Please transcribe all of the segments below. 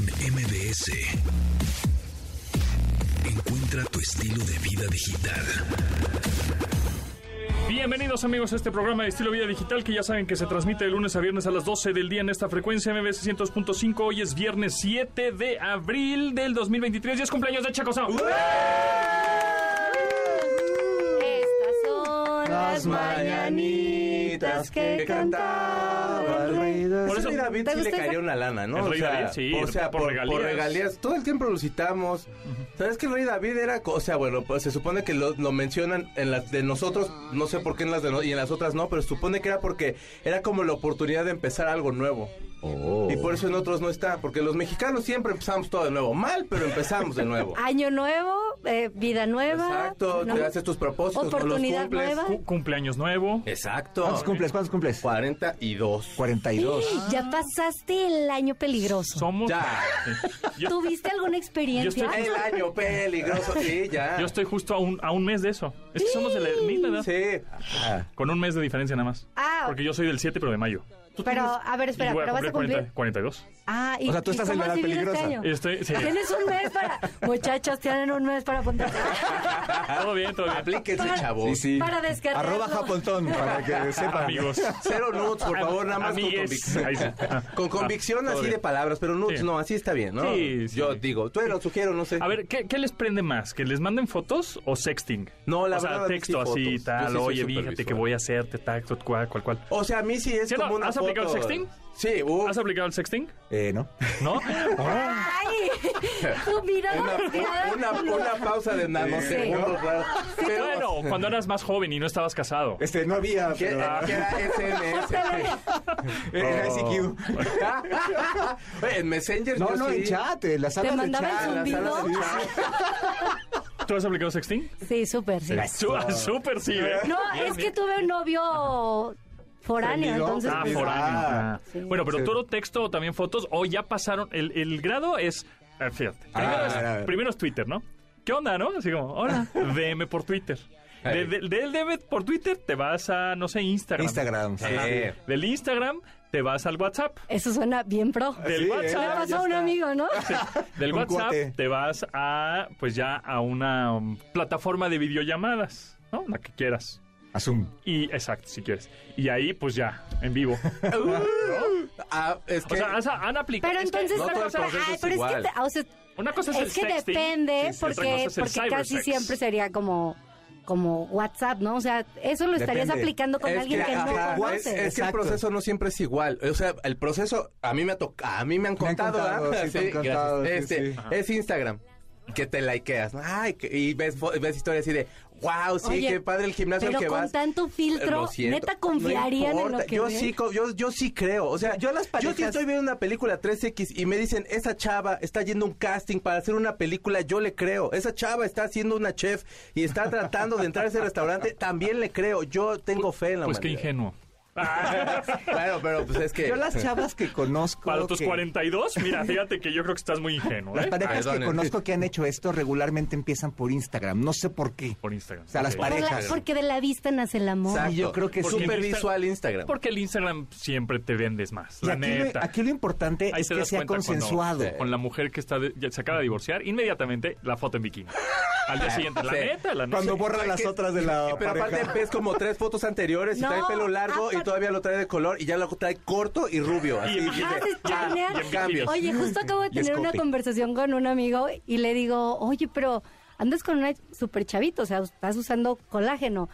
MBS. Encuentra tu estilo de vida digital. Bienvenidos amigos a este programa de estilo vida digital que ya saben que se transmite de lunes a viernes a las 12 del día en esta frecuencia MBS 100.5. Hoy es viernes 7 de abril del 2023 y es cumpleaños de Chaco Sound. Estas son las mañanitas que cantaba el rey. Por eso David ¿Te sí le gusta caería esa? una lana, ¿no? ¿El Rey David? Sí, o sea, por por, regalías. regalías. por regalías. Todo el tiempo lo citamos. ¿Sabes que el Rey David era, co- o sea, bueno, pues se supone que lo, lo mencionan en las de nosotros, no sé por qué en las de no- y en las otras no, pero se supone que era porque era como la oportunidad de empezar algo nuevo. Oh. Y por eso en otros no está, porque los mexicanos siempre empezamos todo de nuevo, mal, pero empezamos de nuevo. Año nuevo, eh, vida Ah, nueva. Exacto, ¿no? te haces tus propósitos, no los Oportunidad cumples. nueva. Cu- cumpleaños nuevo. Exacto. ¿Cuántos cumples? ¿Cuántos cumples? 42. 42. Ya pasaste el año peligroso. Somos. Ya. Yo, ¿Tuviste alguna experiencia? Yo El año peligroso, sí, ya. yo estoy justo a un, a un mes de eso. Es que somos de la misma edad. Sí. Ah, Con un mes de diferencia nada más. Ah, Porque yo soy del 7, pero de mayo. pero a ver, espera, Y voy pero vas a cumplir. 40, 42. Ah, y, O sea, ¿y tú estás en cómo la has edad vivido peligrosa. Este año? Estoy, sí. Tienes un mes para. Muchachos, tienen un mes para apuntarse. Todo bien, todo bien. Aplíquense, chavos. Sí, sí. Para descargarlo. Arroba Japontón, para que sepan. Amigos. Cero nudes, por favor, nada más con Amigues. convicción. Ahí sí. Ah, Con ah, convicción todo así bien. de palabras, pero nudes Sí. no, así está bien, ¿no? Sí, sí. Yo digo, tú lo sugiero, no sé. A ver, ¿qué, qué les prende más? ¿Que les manden fotos o sexting? No, la o sea, verdad, a mí sí texto así, fotos. Yo tal, sí soy oye, supervisual. fíjate que voy a hacerte, tal, tal, cual, cual, cual. O sea, a mí sí es ¿Sí, no? como una ¿Has aplicado foto- sexting? Sí, uh, ¿Has aplicado el sexting? Eh, ¿no? ¿No? ¡Ay! Tu mirada descarada. una, una, una pausa de nanosegundos, claro. Pero, bueno, cuando eras más joven y no estabas casado. Este, no había, ¿qué, pero... qué era SMS? Era ICQ. Oye, en Messenger No, yo Oh. no, sí. en chat, en las salas de mandaba el chat. En las salas de zumbido? chat. ¿Tú has aplicado sexting? Sí, súper, sí. Su- Súper sí, ¿eh? No, es que tuve un novio foráneo, Prendido, entonces. Ah, pues, por Ah, ahí. Bueno, pero Sí. todo texto o también fotos, o ya pasaron. El, el grado es. eh, Fíjate. Ah, Primero, a es, ver, a ver. primero es Twitter, ¿no? ¿Qué onda, no? Así como, hola, DM por Twitter. De- de- del DM por Twitter te vas a, no sé, Instagram. Instagram. sí. Ajá. Sí. Del Instagram te vas al WhatsApp. Eso suena bien pro. Del Ah, Sí, Se le WhatsApp. pasó a un amigo, ¿no? Del Un WhatsApp cuate. te vas a, pues ya a una um, plataforma de videollamadas, ¿no? La que quieras. A Zoom. Y, exacto, si quieres. Y ahí, pues ya, en vivo. uh, Ah, es que O sea, has- han aplicado. Pero es que entonces, no pero, todo el pero- proceso ay, es pero es que, igual. te- ah, o sea, Una cosa es, es el que sexting, depende, sí, sí, otra cosa porque, es el porque casi cybersex. siempre sería como, como WhatsApp, ¿no? O sea, eso lo estarías Depende. aplicando con Es alguien que ajá, no es- conoces. Es, que el Exacto. proceso no siempre es igual. O sea, el proceso, a mí me, ha tocado, a mí me han Me han contado, contado, ¿verdad? sí, te han contado, sí, gracias. Este, sí. Es Instagram, que te likeas, ¿no? Ay, que- y ves, fo- ves historias así de, wow, sí, Oye, qué padre el gimnasio al pero que con vas. tanto filtro, Lo siento. ¿neta No confiarían en lo importa, que yo ven? sí, co- yo, yo sí creo. O sea, yo las Yo si parejas- estoy viendo una película 3X y me dicen, esa chava está yendo a un casting para hacer una película, yo le creo. Esa chava está haciendo una chef y está tratando de entrar a ese restaurante, también le creo. Yo tengo fe en la Pues qué humanidad. ingenuo. Claro, pero pues es que. Yo las chavas que conozco... Para tus que- 42, mira, fíjate que yo creo que estás muy ingenuo, Las ¿eh? parejas que Perdonen. conozco que han hecho esto regularmente empiezan por Instagram. No sé por qué. Por Instagram. O sea, las Ok. Por la- parejas. porque de la vista nace el amor. Exacto. Y yo creo que es sí. súper Porque en visual Instagram. Porque el Instagram siempre te vendes más, Y la aquí, neta. Lo, aquí lo importante Ahí es te que das sea cuenta cuando- consensuado. con la mujer que está de- ya se acaba de divorciar, inmediatamente la foto en bikini. Al día siguiente, la Sí. neta, la neta. Cuando Sí. borra las que- otras de la Pero aparte pareja. ves como tres fotos anteriores y No, trae pelo largo y aparte- todavía lo trae de color y ya lo trae corto y rubio. Así, Y- dice, Ajá, se "Ah, chainean. y en cambios. Oye, justo acabo de Y es tener una copy. conversación con un amigo y le digo, oye, pero andas con una super chavito, o sea, estás usando colágeno.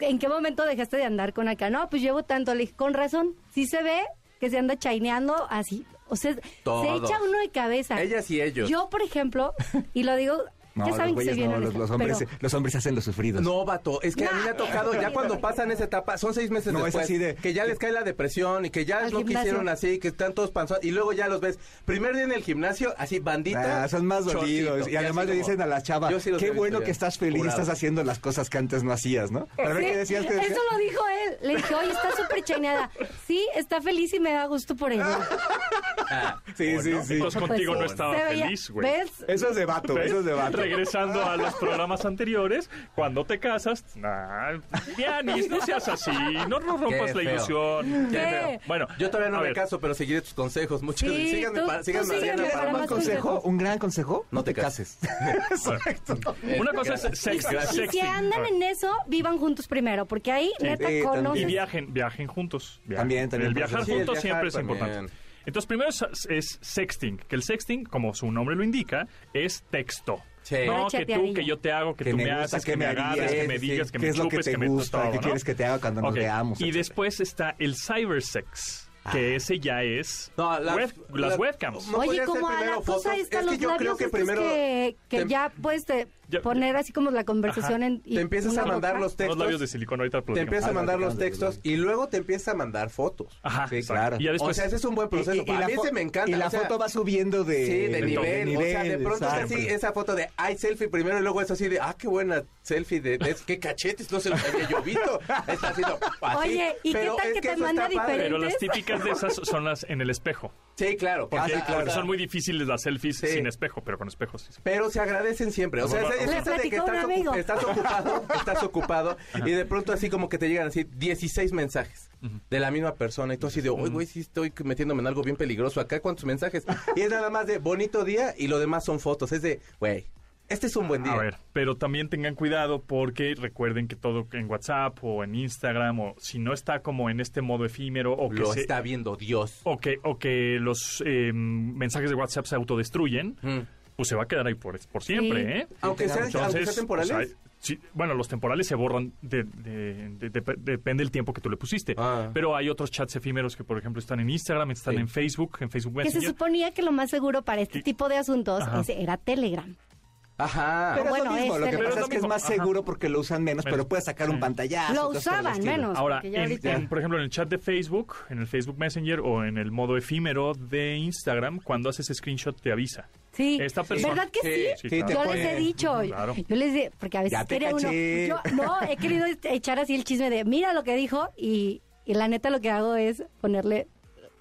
¿En qué momento dejaste de andar con acá? No, pues llevo tanto. Le dije, con razón, sí se ve que se anda chaineando así. O sea, se Todos. echa uno de cabeza. Ellas y ellos. Yo, por ejemplo, y lo digo, No, ya los saben que soy güeyes bien no, los, honesta, los hombres, pero- los hombres hacen los sufridos. No, vato, es que a mí me ha tocado, ya cuando pasan esa etapa, son seis meses No, es después, así de- que ya les cae la depresión y que ya Al no gimnasio. quisieron así, que están todos panzados, y luego ya los ves, primer día en el gimnasio, así, bandita. Ah, son más chorcito, dolidos. Y además así le como- dicen a las Yo chavas, sí los he qué visto bueno ya, que estás feliz, jurado. estás haciendo las cosas que antes no hacías, ¿no? A ver Sí, qué decías que decías. Eso lo dijo él. Le dije, oye, está súper chaineada. Sí, está feliz y me da gusto por ella. Ah, Sí, ¿o sí, no? sí. Entonces contigo no Pues, estaba Ah, se veía- feliz, güey. ¿Ves? Eso es de vato, eso es de vato. regresando a los programas anteriores, cuando te casas, nah, Dianis, no seas así, no nos rompas Qué la feo. ilusión. ¿Qué? Bueno, Yo todavía no a me ver, caso, pero seguiré tus consejos. Muchas Sí, gracias. síganme tú- para, tú síganme sígueme Mariana, para para más más consejos. consejo, un gran consejo, No te Una cosa es sex- Gracias. sexting. Y si andan Ah. en eso, vivan juntos primero, porque ahí neta sí, Y también. conoces. viajen, viajen juntos. Viajen. También, también El puede viajar ser. Sí, el juntos viajar siempre es también. importante. Entonces, primero es, es sexting, que el sexting, como su nombre lo indica, es texto. Sí. No, Una que tú, chateadilla. que yo te hago, que, Que tú me me gusta, haces, que que me me agarres, harías, que me sí, digas, que qué me es lo que chupes, te que me gusta, todo, qué ¿no? quieres que te haga cuando nos Ok. veamos, Y etcétera. Ah. después está el cybersex, que ese ya es No, las- web- las las- webcams. No Oye, podría ser como a la primero cosa fotos. está Es que los yo creo labios que estos primero que, que te- em ya puedes te- Ya- poner así como la conversación Ajá. en y Te empiezas una a mandar roja. los Los labios textos. de silicona ahorita Te platicamos. empiezas a Ah, mandar los platicamos de textos y luego te empiezas a mandar fotos. Ajá, Sí, exacto. claro. Y ya O después sea, ese es un buen proceso. y a la mí fo- se me encanta. Y la o sea, foto va subiendo de, Sí, de, de nivel. O sea, de nivel, pronto es así, exacto. esa foto de, ay, selfie primero, y luego es así de, ah, qué buena selfie, de, de- qué cachetes, no se los había yo visto. Está haciendo así. Oye, ¿y qué Pero tal es que te eso manda está padre. diferente? Pero las típicas de esas son las en el espejo. Sí, claro. porque- Ah, sí, Porque claro. son muy difíciles las selfies Sí. sin espejo, pero con espejos. sí. Pero se agradecen siempre. O sea, Le es, es esa de que platicó un estás, ocu- amigo. estás ocupado, estás ocupado, y de pronto así como que te llegan así 16 mensajes de la misma persona. Y tú así de, oye, güey, sí estoy metiéndome en algo bien peligroso acá. ¿Cuántos mensajes? Y es nada más de bonito día y lo demás son fotos. Es de, güey, este es un buen día. A ver, pero también tengan cuidado porque recuerden que todo en WhatsApp o en Instagram o si no está como en este modo efímero o que Lo se- está viendo Dios. Oh. o que, o que los eh, mensajes de WhatsApp se autodestruyen, Mm. pues se va a quedar ahí por, por siempre, Sí. ¿eh? Ah, Aunque sean, Entonces, pues, aunque sean temporales. o sea, sí, bueno, los temporales se borran, de- de- de- de- depende del tiempo que tú le pusiste. Ah. Pero hay otros chats efímeros que, por ejemplo, están en Instagram, están Sí. en Facebook, en Facebook Que se Messenger. suponía que lo más seguro para este Pues, Y- tipo de asuntos Ajá. es- era Telegram. Ajá. Pero bueno, es lo mismo, es lo que el- Pero pasa es es lo que es mismo, más ajá. seguro porque lo usan menos, Menos. pero puedes sacar Sí. un pantallazo. Lo cosas por el usaban estilo. menos. Ahora, porque ya en- ahorita- en, por ejemplo, en el chat de Facebook, en el Facebook Messenger o en el modo efímero de Instagram, cuando haces screenshot te avisa. Sí. Esta persona- ¿Verdad que sí? Sí, Sí, claro. te Yo pone- les he dicho, Claro. yo les he, porque a veces Ya te quiere uno. caché. Yo, no, he querido este- echar así el chisme de, mira lo que dijo, y, y la neta lo que hago es ponerle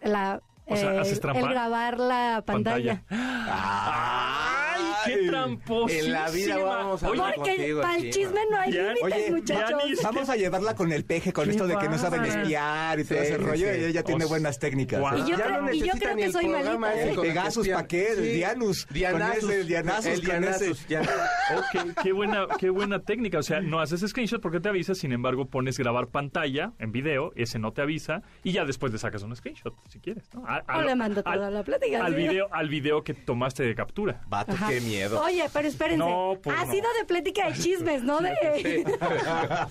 la. O sea, eh, ¿haces trampa? el grabar la pantalla. ¡Ay, qué tramposísima! en la vida vamos a- Oye, Oye, Porque contigo para el aquí, chisme no hay Ya- oye, límites, muchachos. Yanis. Vamos a llevarla con el peje, con Qué esto de que no saben bárbaro. espiar y todo Sí, ese sí, rollo. sí. Ella ya tiene O sea, buenas técnicas. guau. ¿eh? Y yo Ya creo- no y yo necesitan creo ni que el soy programa malita, ese ¿eh? con el que Pegasus, espían. ¿pa' qué? El Dianus. Dianasus. Con ese, el Dianasus, El con Dianasus, ese. Oh. ya. Ok, qué buena, qué buena técnica. O sea, no haces screenshot porque te avisa, sin embargo, pones grabar pantalla en video, ese no te avisa, y ya después le sacas un screenshot, si quieres. ¿no? A- a- O le mando al- toda la plática, Al sí. video, al video que tomaste de captura. Vato, qué miedo. Oye, pero espérense. No, pues ha no. sido de plática de chismes, ¿no? De... Sí.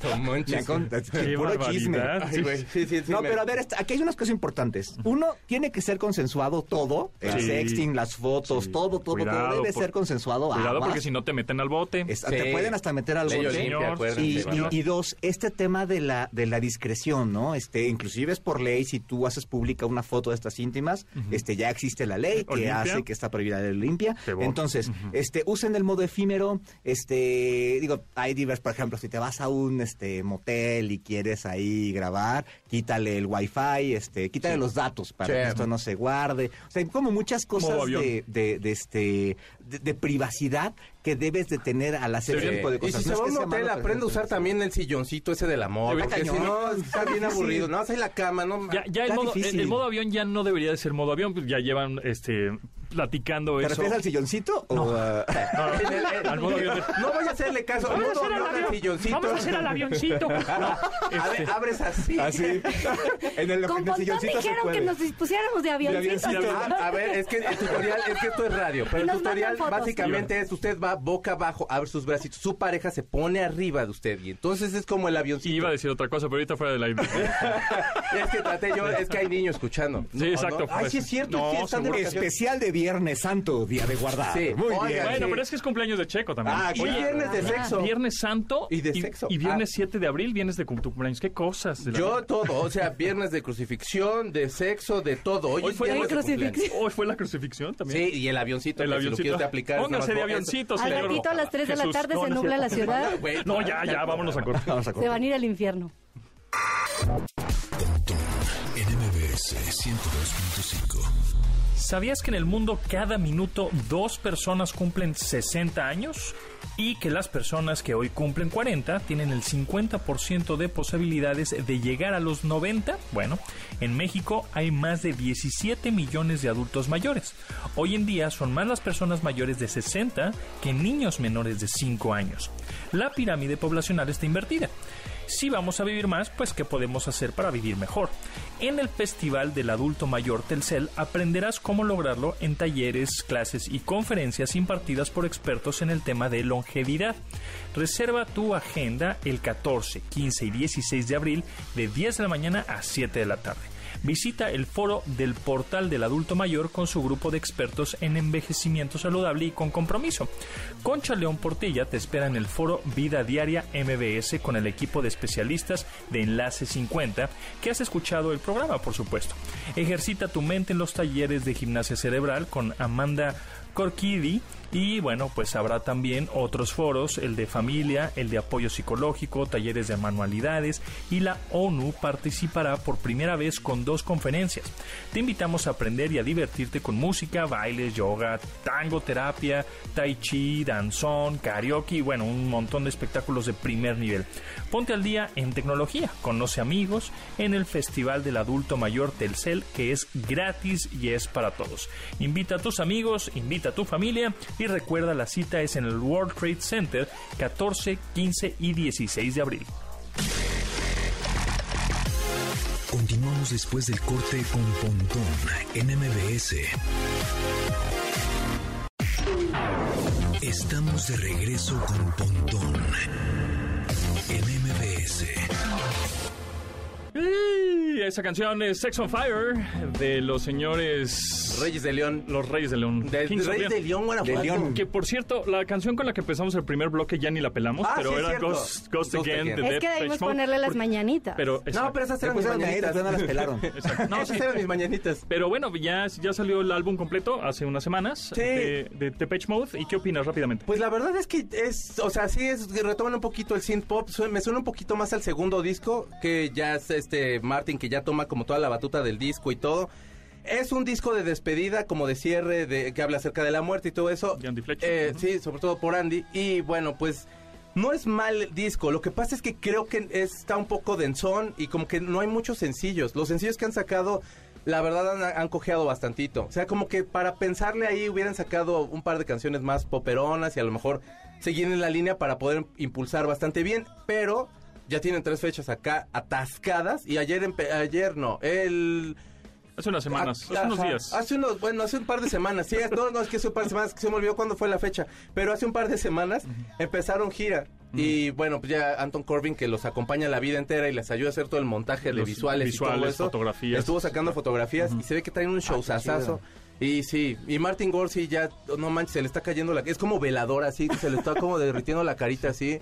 Tomón, Ya chis- con- Qué puro chisme. barbaridad. Ay, güey. Sí, sí, sí, no, me- pero a ver, esta- aquí hay unas cosas importantes. Uno, tiene que ser consensuado todo. El Sí. sexting, las fotos, Sí. todo, todo, Cuidado, todo debe por- ser consensuado. Cuidado aguas. porque si no te meten al bote. Es- Sí. Te pueden hasta meter al Ley bote. Olimpia, Señor, acuérdense, Y, sí, ¿verdad? y- y dos, este tema de la, de la discreción, ¿no? Este, inclusive es por ley, si tú haces pública una foto de estas íntimas, este, ya existe la ley que Olimpia. hace que está prohibida la limpia. Te borra. Entonces, este, usen el modo efímero, este, digo, hay diversos, por ejemplo, si te vas a un este motel y quieres ahí grabar, quítale el wifi, este, quítale los datos para Sí. que esto no se guarde. O sea, hay como muchas cosas avión. de, de, de, este de, de privacidad que debes de tener al hacer ese Deberían- tipo de Y cosas. si se No es va a que un sea hotel, malo, pero aprende a es usar interesante. también el silloncito ese del amor. Está Porque si cañón. no, está bien aburrido. No, ahí la cama, no. Ya, ya el, Está modo, el- difícil. el modo avión ya no debería de ser modo avión, pues ya llevan este platicando ¿Te eso. refieres al silloncito? o No, a- En el- en- al modo avión. No voy a hacerle caso. Vamos a Modo hacer al avión al avión. silloncito. Vamos a hacer al avioncito. No, A este, ver, abres así. Así. en el, Con en el montón silloncito se dijeron puede. que nos dispusiéramos de avioncitos. avioncito. Ah, a ver, es que el tutorial, es que esto es radio, pero Y el nos tutorial mandan fotos. básicamente es usted va boca abajo, abre sus bracitos, su pareja se pone arriba de usted y entonces es como el avioncito. iba a decir otra cosa, pero ahorita fuera del aire. Es que traté yo, es que hay niños escuchando. Sí, exacto. Ah, pues. Ay, sí es cierto, No, sí, están de seguro que vacaciones. Especial de Viernes Santo, Día de Guardar. Sí. Muy Oigan, bien. Bueno, pues, Sí. pero es que es cumpleaños de Checo también. Ah, Y Oye, viernes de sexo. Viernes Santo Y de sexo. y viernes Ah. 7 de abril vienes de cu- tu cumpleaños. Qué cosas. de la- Yo todo, o sea, viernes de crucifixión, de sexo, de todo. Hoy, Hoy es fue viernes la de crucifixión. cumpleaños. hoy fue la crucifixión también. Sí, y el avioncito. el que si lo avioncito. quieres aplicar, es nada Póngase más de por- avioncito, Al señor. ratito a las 3 de la Jesús, tarde no, se no es nubla la cierto. ciudad. Güey, No, ya, ya, vámonos a correr. Vamos a Se cortar. van a ir al infierno. Pontón en MBS 102.5. ¿Sabías que en el mundo cada minuto dos personas cumplen 60 años? y que las personas que hoy cumplen 40 tienen el 50% de posibilidades de llegar a los 90. Bueno, en México hay más de 17 millones de adultos mayores. Hoy en día son más las personas mayores de 60 que niños menores de 5 años. La pirámide poblacional está invertida. Si vamos a vivir más, pues ¿qué podemos hacer para vivir mejor? En el Festival del Adulto Mayor Telcel aprenderás cómo lograrlo en talleres, clases y conferencias impartidas por expertos en el tema de longevidad. Reserva tu agenda el 14, 15 y 16 de abril de 10 de la mañana a 7 de la tarde. Visita el foro del Portal del Adulto Mayor con su grupo de expertos en envejecimiento saludable y con compromiso. Concha León Portilla te espera en el foro Vida Diaria MBS con el equipo de especialistas de Enlace 50 que has escuchado el programa, por supuesto. Ejercita tu mente en los talleres de gimnasia cerebral con Amanda Corkidi y bueno, pues habrá también otros foros, el de familia, el de apoyo psicológico, talleres de manualidades y la ONU participará por primera vez con dos conferencias. Te invitamos a aprender y a divertirte con música, bailes, yoga, tango, terapia, tai chi, danzón, karaoke y bueno, un montón de espectáculos de primer nivel. Ponte al día en tecnología, conoce amigos en el Festival del Adulto Mayor Telcel que es gratis y es para todos. Invita a tus amigos, invita a tu familia y recuerda la cita es en el World Trade Center 14, 15 y 16 de abril. Continuamos después del corte con Pontón en MBS. Estamos de regreso con Pontón en MBS. Y esa canción es Sex on Fire de los señores Reyes de León. los Reyes de León. Del Kings of Rey Leon. de León, Guanajuato. De León. Que por cierto, la canción con la que empezamos el primer bloque ya ni la pelamos, Ah, pero sí, es era cierto. Ghost, Ghost Ghost Again Again. de Es Es Depeche que debimos Mode, ponerle las porque- mañanitas. Pero, No, exacto, pero esas eran mis Después eran mañanitas. caídas, pero no las pelaron. exacto. No, No, esas sí. eran mis mañanitas. Pero bueno, ya, ya salió el álbum completo hace unas semanas Sí. de, de Depeche Mode. ¿Y qué opinas rápidamente? Pues la verdad es que es, o sea, sí es, retoman un poquito el synth pop, sue- me suena un poquito más al segundo disco, que ya es este Martin, que ya toma como toda la batuta del disco y todo. Es un disco de despedida, como de cierre, de, que habla acerca de la muerte y todo eso. De Andy Fletcher. Eh, Ujú. Sí, sobre todo por Andy. Y bueno, pues no es mal el disco, lo que pasa es que creo que está un poco densón y como que no hay muchos sencillos. Los sencillos que han sacado... La verdad han, han cojeado bastantito. O sea, como que para pensarle ahí hubieran sacado un par de canciones más poperonas y a lo mejor seguir en la línea para poder impulsar bastante bien. Pero ya tienen tres fechas acá atascadas y ayer, empe- ayer no, el... Hace unas semanas, Ah, hace unos ajá. días. Hace unos, bueno, hace un par de semanas. Sí, no, no, es que hace un par de semanas, que se me olvidó cuándo fue la fecha. Pero hace un par de semanas empezaron gira. Y bueno, pues ya Anton Corbin, que los acompaña la vida entera y les ayuda a hacer todo el montaje de Los visuales, y todo visuales, eso. fotografías. Estuvo sacando fotografías y se ve que traen un showzazazo. y sí, y Martin Gorsi ya, no manches, se le está cayendo la... Es como veladora así, se le está como derritiendo la carita así.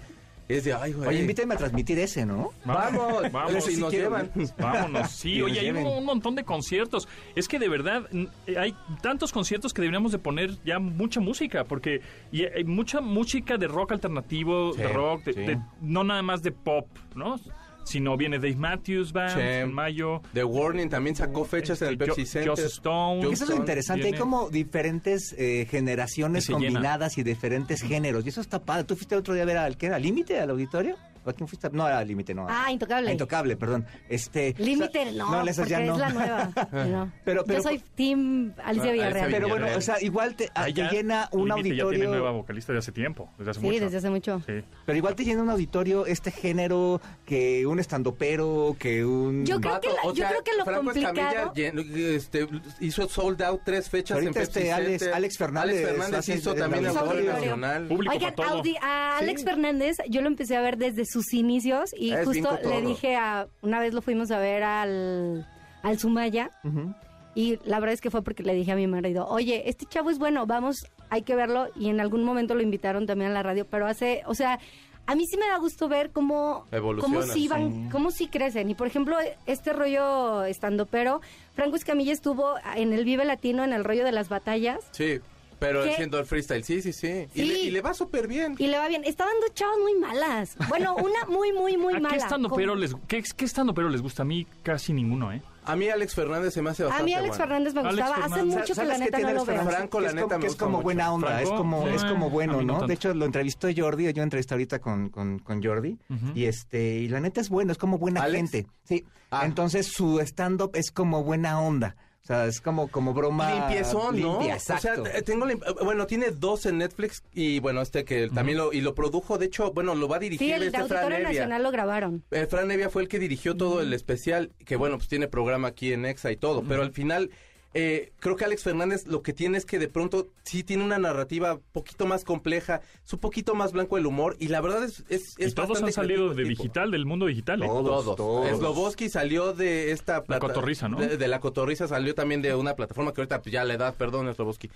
Es de, ay, güey. Oye, invítame a transmitir ese, ¿no? Vamos, vamos. y nos quiero. llevan. Vámonos, sí, Y oye, nos hay un, lleven. un montón de conciertos. Es que de verdad n- eh, hay tantos conciertos que deberíamos de poner ya mucha música, porque y eh, hay mucha música de rock alternativo, Sí, de rock, de- sí. de- no nada más de pop, ¿no? Sino viene Dave Matthews Band Sí. en mayo. The Warning también sacó fechas en el este, Jo- Pepsi Center. Joss Stone. Joss Eso es lo Son- interesante, hay viene- como diferentes eh, generaciones Y se llena. combinadas y diferentes géneros, y eso está padre. ¿Tú fuiste el otro día a ver al, ¿qué era? ¿Límite al auditorio? ¿O a quién fuiste? a- No, era al límite, no. Ah, Intocable. A Intocable, perdón. Este, Límite, no, no, esas porque ya no. es la nueva. No. Pero- pero- Yo soy Team Alicia Ah, Villarreal. Alicia Pero bueno, o sea, igual te, Ah, te ya, llena un Límite Ya tiene nueva auditorio. vocalista de hace tiempo, desde hace sí, mucho. desde hace mucho. Sí. Ah, Pero igual te llena un auditorio este género que un estandopero, que un. Yo creo- que la- o sea, creo que lo Franco Escamilla complicado- llen- este, hizo sold out tres fechas Ahorita en este Pepsi Alex- Center. Alex Fernández Alex Fernández hace hizo el- también el el Auditorio auditorio. Nacional. Público Oigan, para todo. Audi- a Sí. Alex Fernández yo lo empecé a ver desde sus inicios y Es bien justo le cotorro. dije a... Una vez lo fuimos a ver al, al Sumaya Ujú. y la verdad es que fue porque le dije a mi marido, oye, este chavo es bueno, vamos, hay que verlo. Y en algún momento lo invitaron también a la radio, pero hace... O sea, a mí sí me da gusto ver cómo... Evoluciona, Cómo sí, van, cómo sí crecen. Y por ejemplo, este rollo estando pero... Franco Escamilla estuvo en el Vive Latino en el rollo de las batallas. Sí, pero ¿Qué? haciendo el freestyle, sí, sí, sí. Y, Sí. le, y le va súper bien. Y le va bien. Estaban dos chavas muy malas. Bueno, una muy, muy, muy ¿A mala. qué estando Como- pero les, qué, qué estando pero les gusta? A mí casi ninguno, ¿eh? A mí Alex Fernández se me hace A bastante mí Alex bueno. Fernández me Alex gustaba. Hace Fernández. mucho que la ¿Sabes qué neta no tiene lo Alex veo. Ah. Fernández? Franco, Que la es neta, como, me que es gusta como mucho. buena onda, Franco, es como, sí. es como A bueno, mí no ¿no? tanto. de hecho, lo entrevistó Jordi, yo entrevisté ahorita con, con, con Jordi, Ujú. y este, y la neta es bueno, es como buena ¿Alex? gente. Sí. Ah. Entonces su stand up es como buena onda. O sea, es como, como broma. Limpiezón, ¿no? limpia, o sea, exacto. t- tengo la imp- eh, bueno, tiene dos en Netflix y bueno, este que también lo y lo produjo, de hecho, bueno, lo va a dirigir Sí, el este Fran Auditorio Evia. Nacional lo grabaron. Eh, Fran Evia fue el que dirigió todo el especial, que bueno, pues tiene programa aquí en Exa y todo, pero al final eh, creo que Alex Fernández lo que tiene es que de pronto sí tiene una narrativa un poquito más compleja, es un poquito más blanco el humor y la verdad es... es, Y es todos bastante han salido creativo de el tipo. digital, del mundo digital. ¿eh? Todos, Sloboski salió de esta plata- cotorriza, ¿no? De, de la cotorriza salió también de una plataforma que ahorita pues, ya la edad, perdón, Sloboski.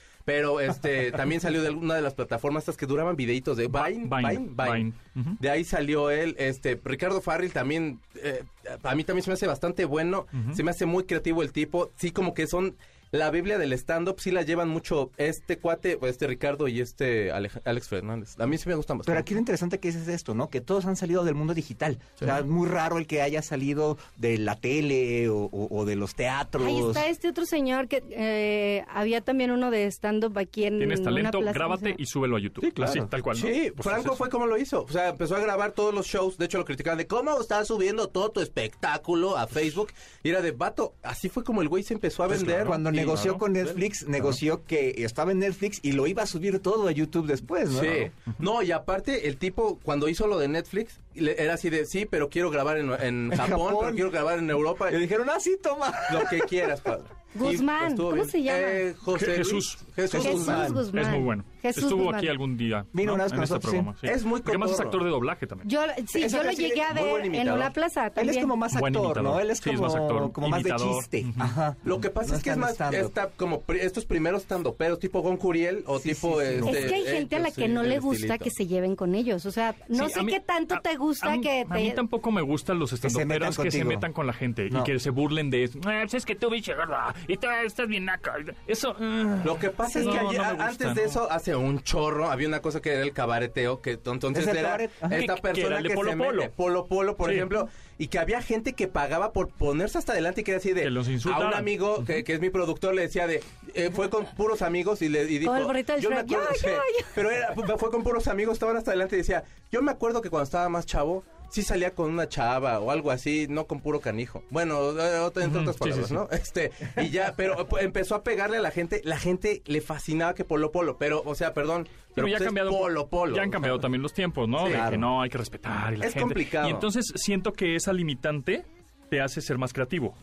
Pero este también salió de alguna de las plataformas estas que duraban videitos de Vine, Vine, Vine, Vine. Vine. Ujú. De ahí salió él, este Ricardo Farril también eh, a mí también se me hace bastante bueno, se me hace muy creativo el tipo, sí como que son la Biblia del stand-up sí la llevan mucho este cuate, este Ricardo y este Alej- Alex Fernández. A mí sí me gustan bastante. Pero aquí lo interesante que es, es esto, ¿no? Que todos han salido del mundo digital. O sea, es muy raro el que haya salido de la tele o, o- o de los teatros. Ahí está este otro señor que eh, había también uno de stand-up aquí en. Tienes Mm, una talento, plaza, grábate ¿cómo se y súbelo a YouTube. Sí, claro. Así, tal cual. ¿no? Sí, Pues Franco es fue como lo hizo. O sea, empezó a grabar todos los shows. De hecho, lo criticaban de cómo estás subiendo todo tu espectáculo a Facebook. Y era de vato. Así fue como el güey se empezó a Pues vender. Cuando Y- negoció Claro. con Netflix, negoció que estaba en Netflix y lo iba a subir todo a YouTube después, ¿no? Sí. No, y aparte, el tipo, cuando hizo lo de Netflix, le- era así de, sí, pero quiero grabar en, en Japón, Japón. pero quiero grabar en Europa. Le dijeron, ah, sí, toma. Lo que quieras, padre. Guzmán, Y pues, estuvo Eh, ¿cómo se llama? José Je- Luis- Jesús. Jesús, Jesús Guzmán. Guzmán. Es muy bueno. Jesús Estuvo Guzmán. aquí algún día. Vino ¿no? una vez en con este nosotros, programa. sí. sí. Es muy Porque además es cotorro. actor de doblaje también. Yo, sí, Esa yo lo casi- llegué a muy buen ver en imitador. una plaza Él también. es como más Buen actor, ¿no? imitador. Él es Sí, es como, más actor, como más de imitador. chiste. Ujú. Ajá. Lo que pasa No es que es tan más stand-up. esta, como pri- estos primeros tandoperos, tipo Gon Curiel o Sí, tipo... sí, Pues sí. este, Es que hay eh, gente a la sí, que no el le gusta estilito. que se lleven con ellos. O sea, no Sí, sé a mí- qué tanto a- te gusta a mí- que A mí te... tampoco me gustan los se metan estandoperos que se contigo. metan con la gente No. y que se burlen de... "Ah, pues es que tú, bicho, gorda, y tú estás bien naca. Eso... mm. Lo que pasa Sí, es que no, ayer- no me a- gusta, antes de no. eso, hace un chorro, había una cosa que era el cabareteo, que t- entonces Es el era cabaret, ajá. esta Que- que era persona el que, de Polo se Polo. mete, Polo Polo, por Sí. ejemplo, y que había gente que pagaba por ponerse hasta adelante y que era así de... Que los a un insultaran. amigo, que, que es mi productor, le decía de... eh, fue con puros amigos y le y dijo... Con el burrito del yo me Shrek, acuerdo- yo, yo, yo. Pero era- fue con puros amigos, estaban hasta adelante y decía, yo me acuerdo que cuando estaba más chavo... Sí salía con una chava o algo así, no con puro canijo. Bueno, eh, otra- entre Ujú, otras sí, palabras, sí, sí. ¿no? Este, y ya, pero pues, empezó a pegarle a la gente. La gente le fascinaba que Polo Polo, pero, o sea, perdón, Pero pero ya pues, ha cambiado. es Polo Polo. Ya han cambiado también los tiempos, ¿no? Sí. De Claro. que no, hay que respetar. y la Es gente. complicado. Y entonces siento que esa limitante te hace ser más creativo,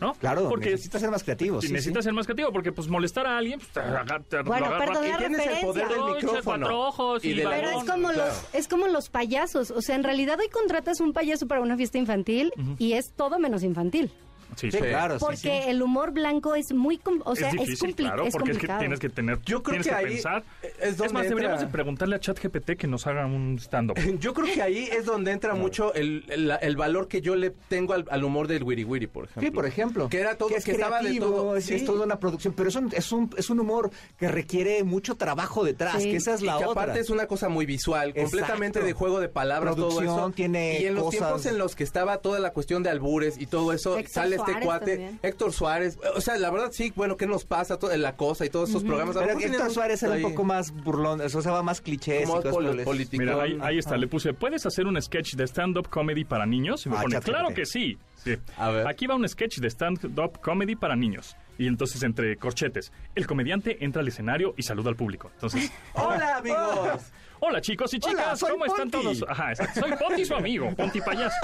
¿no? Claro, porque necesitas ser más creativo. Pues si sí, necesitas ser más creativo, porque pues molestar a alguien, pues te agar- te- Bueno, lo agarro perdón, aquí. Y la tienes el referencia. poder del Ocho, micrófono. cuatro ojos y del balón. Pero es como Claro. los es como los payasos, o sea, en realidad hoy contratas un payaso para una fiesta infantil y es todo menos infantil, Sí, Sí, sí. claro. sí, porque sí. el humor blanco es muy, com- o sea, es es, difícil, compli- claro, es porque es que complicado. tienes que tener, Yo creo tienes que que, ahí pensar. es Es, donde más, entra- deberíamos de preguntarle a ChatGPT que nos haga un stand-up. Yo creo que ahí es donde entra mucho el, el- el valor que yo le tengo al, al humor del Wiri Wiri, por ejemplo. Sí, por ejemplo. Que era todo, que, es estaba de creativo, todo. Es, Sí. es toda una producción, pero es un, es, un, es un humor que requiere mucho trabajo detrás, Sí. que esa es la y que otra. aparte es una cosa muy visual, Exacto. completamente de juego de palabras, todo eso. Producción, tiene y en los cosas- tiempos en los que estaba toda la cuestión de albures y todo eso, Héctor sale este Suárez cuate, también. Héctor Suárez. O sea, la verdad sí, bueno, ¿qué nos pasa? Todo- la cosa y todos esos programas. A lo Pero mejor Héctor tienen Suárez era un ahí poco más burlón, o sea, va más clichés. como y cosas por el poli- político. estilo. Mira, ahí, ahí está, le puse, ¿puedes hacer un sketch de stand-up comedy para niños? Y me Ah, pone, ChatGPT. claro que sí. Sí. A ver. Aquí va un sketch de stand-up comedy para niños. Y entonces, entre corchetes, el comediante entra al escenario y saluda al público. Entonces, Hola, Ah, amigos. hola chicos y Hola, chicas, soy ¿cómo están Ponti". todos? Ajá, exacto. soy Ponti su amigo, Ponti payaso.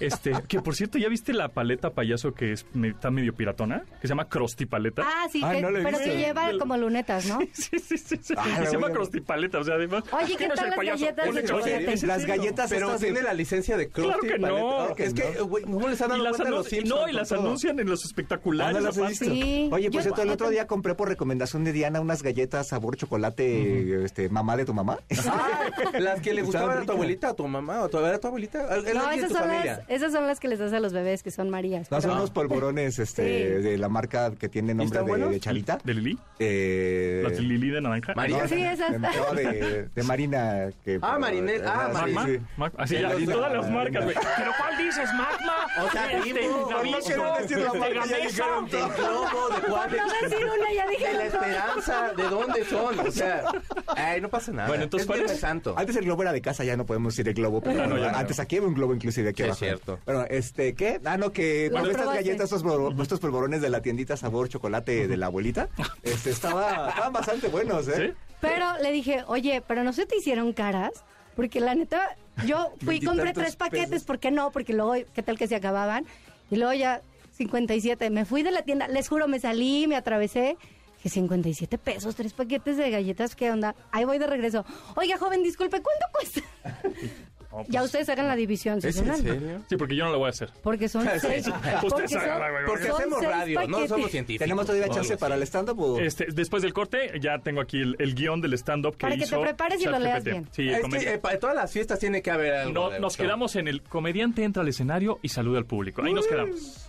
Este, que por cierto, ¿ya viste la paleta payaso que es, me- está medio piratona? Que se llama Krusty Paleta. Ah, sí, Ah, que- no lo he pero visto. que lleva como lunetas, ¿no? Sí, sí, sí. sí. Ah, Y la se llama voy a- Krusty Paleta, o sea, además. Oye, ¿qué no soy tal las payaso, galletas soy de Krusty. chocolate? Sí, Las sí, galletas Pero estas de- tiene la licencia de Krusty. Claro que Paleta. no. Ah, Es que, güey, ¿cómo les han Y dado las, cuenta a los anun- Simpsons no, y con las todo? anuncian en los Ah, ¿no espectaculares. las has aparte. visto? Sí. Oye, por Yo- cierto, el otro día compré por recomendación de Diana unas galletas sabor chocolate, este, mamá de tu mamá. Ah, Las que le Estaban gustaban a tu ricas. abuelita, a tu mamá, o tu, era tu abuelita. al- era No, alguien de esas tu son, familia. las, esas son las que les das a los bebés, que son Marías. No, son pero- unos polvorones este, Sí. de la marca que tiene nombre están de, buenos? de Chalita. ¿De Lili? Eh, ¿La de Lili de naranja? María. no, Ah, Sí, esas. de- no, de, de Marina. Que, Ah, Marinel, ah, sí, Magma. Magma. sí. Magma. Así ya, Los y de- todas las marcas, güey. ¿Pero cuál dices? Magma. O sea, Este, Bimbo, Nabisco, no quiero decir la marca, ya Tegamesa. dijeron De globo, de Por no cuate. decir una, ya dije De la las dos. esperanza, ¿de dónde son? O sea, ay, no pasa nada. Bueno, entonces, es ¿cuál Viernes es? santo. Antes el globo era de casa, ya no podemos ir el globo. Pero Ah, no, ya no. antes aquí había un globo inclusive aquí Sí, es abajo. cierto. Bueno, este, ¿qué? Ah, no, que Las bueno, estas probaste. galletas, estos, polvo- estos polvorones de la tiendita sabor chocolate de la abuelita, este, estaba, estaban bastante buenos, ¿eh? ¿Sí? Pero le dije, oye, pero no se te hicieron caras, porque la neta, yo fui y compré Veintitantos tres paquetes, pesos. ¿por qué no? Porque luego, ¿qué tal que se acababan? Y luego ya, 57, me fui de la tienda, les juro, me salí, me atravesé. Que 57 pesos, tres paquetes de galletas, ¿qué onda? Ahí voy de regreso. Oiga, joven, disculpe, ¿cuánto cuesta? No, pues, ya ustedes hagan la división. si ¿Es son en algo. serio? Sí, porque yo no lo voy a hacer. Porque son seis. porque son- agarran, güey, Porque son hacemos seis radio, no paquetes. somos científicos. ¿Tenemos todavía o chance algo para así. el stand-up o...? Este, después del corte, ya tengo aquí el, el guión del stand-up que Para que te hizo prepares y lo ChatGPT. leas bien. Sí, Es que, comedia. eh, para todas las fiestas tiene que haber algo. No, de nos show. quedamos en el comediante entra al escenario y saluda al público. Mm. Ahí nos quedamos.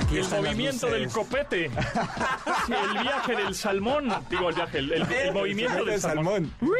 Aquí El están las movimiento luces. del copete. Sí, el viaje del salmón. Digo, el viaje, el, el- el movimiento del El salmón. salmón.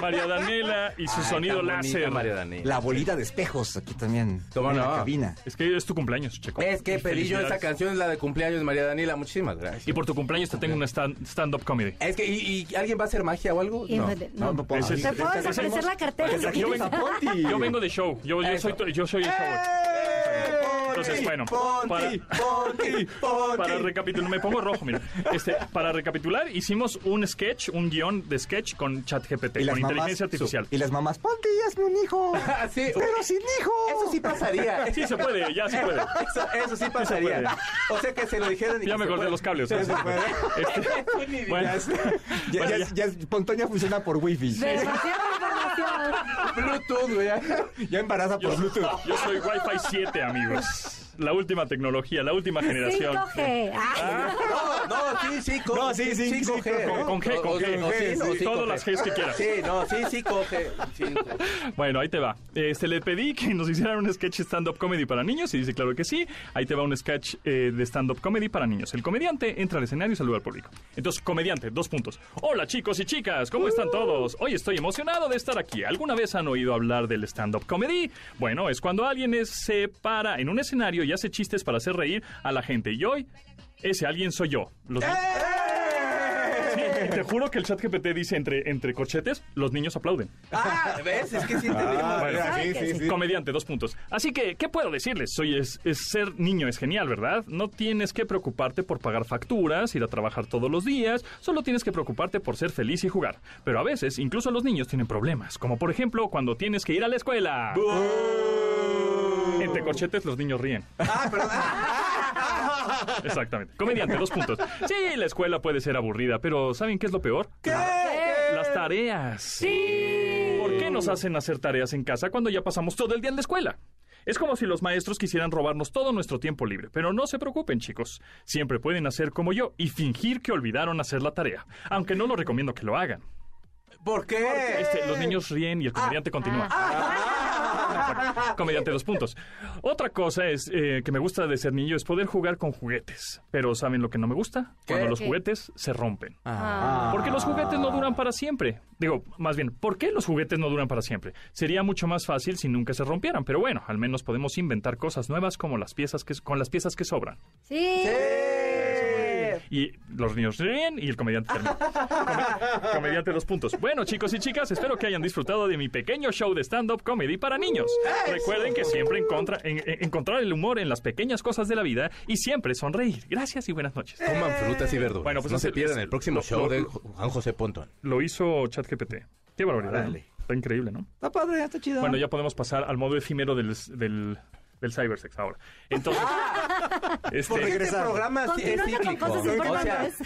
María Daniela y su Ay, sonido tan bonita, láser. María Daniela. La bolita de espejos aquí también. ¿Cómo en no? la cabina. Es que es tu cumpleaños, Checo. Es que Pelillo, esa Felicidades. canción es la de cumpleaños de María Daniela. Muchísimas gracias. Y por tu cumpleaños te tengo una stand- stand-up comedy. Es que, ¿y, y alguien va a hacer magia o algo? No. Híjole, no. No, no puedo. Ese es- Te puedo Ese- desaparecer la cartera. si Yo quieres. vengo, yo vengo de show. Yo, yo, Eso. Eh. soy, tu- yo soy el show. ¡Eh! Entonces, bueno, para- Ponti, Ponti. Para recapitular, me pongo rojo, mira. Este, para recapitular, hicimos un sketch, un guión de sketch con ChatGPT, Y con las mamás, inteligencia artificial. y las mamás, ponte ya es un hijo. Ah, sí. Pero sin hijo. Eso sí pasaría. Sí, se puede, ya se puede. Eso, eso sí pasaría. O sea que se lo dijeron y Ya que me se corté puede. los cables. Sí, se puede. Este, bueno, Ya, bueno, ya, ya, Pontoña funciona por wifi. Demasiada información. Bluetooth, güey. Ya embaraza por Bluetooth. yo soy Wi-Fi 7, amigos. La última tecnología, la última generación. 5G. Ah, No, no, sí, sí, co- No, sí, sí, sí, coge. Con, con G, con G. O- o- o- sí, no, sí, Todas coge. las Gs que quieras. Sí, no, sí, sí, coge. Sí, coge. Bueno, ahí te va. Este, le pedí que nos hicieran un sketch stand-up comedy para niños y dice, claro que sí. Ahí te va un sketch eh, de stand-up comedy para niños. El comediante entra al escenario y saluda al público. Entonces, comediante, dos puntos. Hola chicos y chicas, ¿cómo están todos? Hoy estoy emocionado de estar aquí. ¿Alguna vez han oído hablar del stand-up comedy? Bueno, es cuando alguien es- se para en un escenario y hace chistes para hacer reír a la gente. Y hoy, ese alguien soy yo. Los- Sí, te juro que el chat GPT dice entre, entre corchetes, los niños aplauden. Ah, ¿ves? Es que sí entendimos. Ah, sí, sí, sí. Comediante, dos puntos. Así que, ¿qué puedo decirles? Soy es, es ser niño es genial, ¿verdad? No tienes que preocuparte por pagar facturas, ir a trabajar todos los días, solo tienes que preocuparte por ser feliz y jugar. Pero a veces, incluso los niños tienen problemas, como por ejemplo cuando tienes que ir a la escuela. Uh. Entre corchetes los niños ríen. Ah, Exactamente. Comediante, dos puntos. Sí, la escuela puede ser aburrida, pero ¿saben qué es lo peor? Las tareas. ¿Por qué nos hacen hacer tareas en casa cuando ya pasamos todo el día en la escuela? Es como si los maestros quisieran robarnos todo nuestro tiempo libre, pero no se preocupen chicos, siempre pueden hacer como yo y fingir que olvidaron hacer la tarea, aunque no lo recomiendo que lo hagan. ¿Por Eh. qué? Este, los niños ríen y el comediante Ah. continúa. Comediante dos puntos. Otra cosa es eh, que me gusta de ser niño es poder jugar con juguetes, pero ¿saben lo que no me gusta? Cuando los ¿Qué? juguetes se rompen. ah. Porque los juguetes no duran para siempre. Digo, más bien, ¿por qué los juguetes no duran para siempre? Sería mucho más fácil si nunca se rompieran, pero bueno, al menos podemos inventar cosas nuevas como las piezas que con las piezas que sobran. Sí. Y los niños ríen y el comediante termina. Come- comediante dos puntos. Bueno, chicos y chicas, espero que hayan disfrutado de mi pequeño show de stand-up comedy para niños. Recuerden que siempre encontra- en- en- encontrar el humor en las pequeñas cosas de la vida y siempre sonreír. Gracias y buenas noches. Coman frutas y verduras. Bueno, pues no es se el- pierdan es- el próximo lo- show lo- de Juan José Pontón. Lo hizo ChatGPT. Qué barbaridad. ¿no? Órale. Está increíble, ¿no? Está padre, está chido. Bueno, ya podemos pasar al modo efímero del, del, del cybersex ahora. Entonces, este, Porque este regresar. programa sí es Continúa con cíclico. cosas importantes.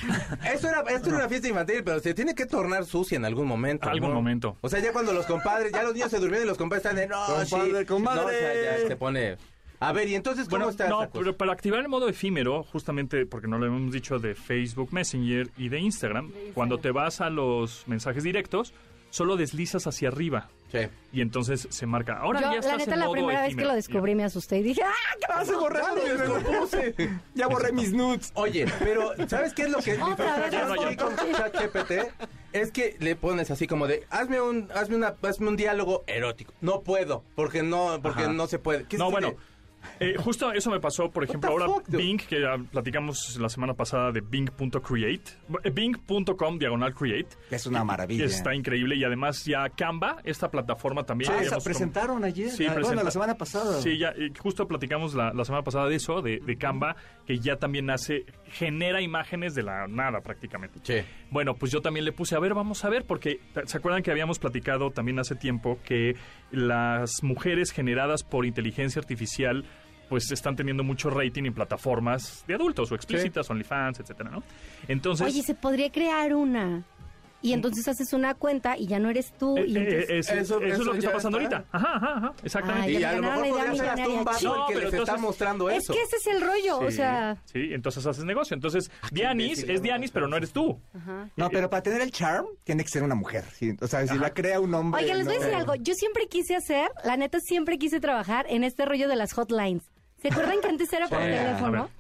esto era, esto era una fiesta infantil, pero se tiene que tornar sucia en algún momento. Algún ¿no? momento. O sea, ya cuando los compadres, ya los niños se durmieron y los compadres están de no, Compadre, sí, comadre. No, o sea, ya se pone. A ver, y entonces, ¿cómo Bueno, está no, esa cosa? pero para activar el modo efímero, justamente porque no lo hemos dicho de Facebook Messenger y de Instagram, cuando te vas a los mensajes directos, solo deslizas hacia arriba Sí. y entonces se marca. Ahora Yo, ya estás la neta, en la modo primera vez que efímero. lo descubrí me asusté y dije, ¡ah! ¿qué Ah, se borraron, Ya lo descompuse. Ya borré mis nudes. Oh. Oye, pero ¿sabes qué es lo que mi Otra vez frustración los hoy con compadres. ChatGPT? Es que le pones así como de hazme un hazme una hazme un diálogo erótico. No puedo, porque no porque Ajá. no se puede. ¿Qué No, es este bueno. que- eh, justo eso me pasó, por ejemplo, the ahora fuck, dude? Bing, que ya platicamos la semana pasada de Bing.create, eh, Bing.com diagonal create. Es una maravilla. Está increíble y además ya Canva, esta plataforma también. Ah, ya esa habíamos com- presentaron ayer. Sí, Ah, Bueno, presenta- la semana pasada. Sí, ya, eh, justo platicamos la, la semana pasada de eso, de, de Canva, que ya también hace, genera imágenes de la nada prácticamente. Sí. Bueno, pues yo también le puse, a ver, vamos a ver, porque ta- ¿se acuerdan que habíamos platicado también hace tiempo que las mujeres generadas por inteligencia artificial pues están teniendo mucho rating en plataformas de adultos o explícitas, OnlyFans, etcétera, ¿no? Entonces... Oye, se podría crear una. Y entonces haces una cuenta y ya no eres tú. eh, y eh, entonces- es- Eso- eso, es eso lo que está ya pasando está. ahorita. Ajá, ajá, ajá, exactamente. Ay, Y ya a me lo mejor ganaron la idea podría ser hasta un millonaria, vato chido. el que No, les pero está entonces- mostrando es eso. que ese es el rollo, o sea... Sí, entonces haces negocio. Entonces, Dianis Ah, imbécil, es no Dianis, me pero no eres tú. Ajá. No, pero para tener el charm, tiene que ser una mujer. sí. O sea, si la crea un hombre. Oigan, les voy a no. decir algo. Yo siempre quise hacer, la neta, siempre quise trabajar en este rollo de las hotlines. ¿Se acuerdan que antes era por Sí. A ver. teléfono?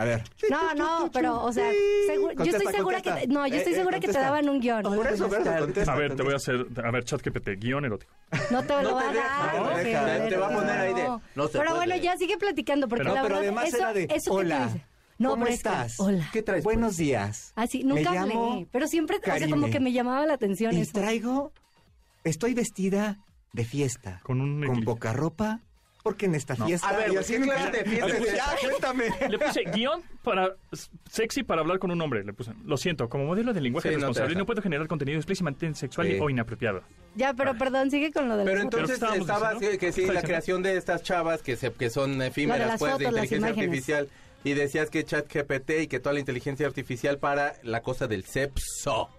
A ver. No, no, pero, o sea, segu- yo estoy Contesta, segura que... contesta. te- no, yo estoy Eh, eh, segura que te contesta. daban un guión. Por eso, por eso, contesta, A ver, te voy a contesta. hacer. A ver, chat GPT, guión erótico. No te lo No va a te deja, dar. no te pero- deja, te va a pero- poner ahí de, no se pero puede. bueno, ya sigue platicando, porque Pero- la No, pero verdad... además eso, era de. eso que tú hola. dices". No, ¿Cómo pero es que- estás? Hola. ¿Qué traes? Buenos días. Así, Me nunca llamo hablé, pero siempre, o sea, como Karime. que me llamaba la atención Y eso. traigo. Estoy vestida de fiesta. Con un Con negli- poca ropa. Porque en esta fiesta. A ver, y güey, así ¿qué me- clase de fiesta Así, es Ya, cuéntame. Le puse guión para sexy para hablar con un hombre. Le puse. Lo siento, como modelo de lenguaje Sí, no te responsable deja. no, puedo generar contenido explícitamente sexual Sí. o inapropiado. Ya, pero perdón, sigue con lo de Pero las entonces Pero estábamos estabas diciendo, que, que sí, ¿no? la creación de estas chavas que se que son efímeras las pues de fotos, las inteligencia imágenes. artificial y decías que ChatGPT y que toda la inteligencia artificial para la cosa del sexo.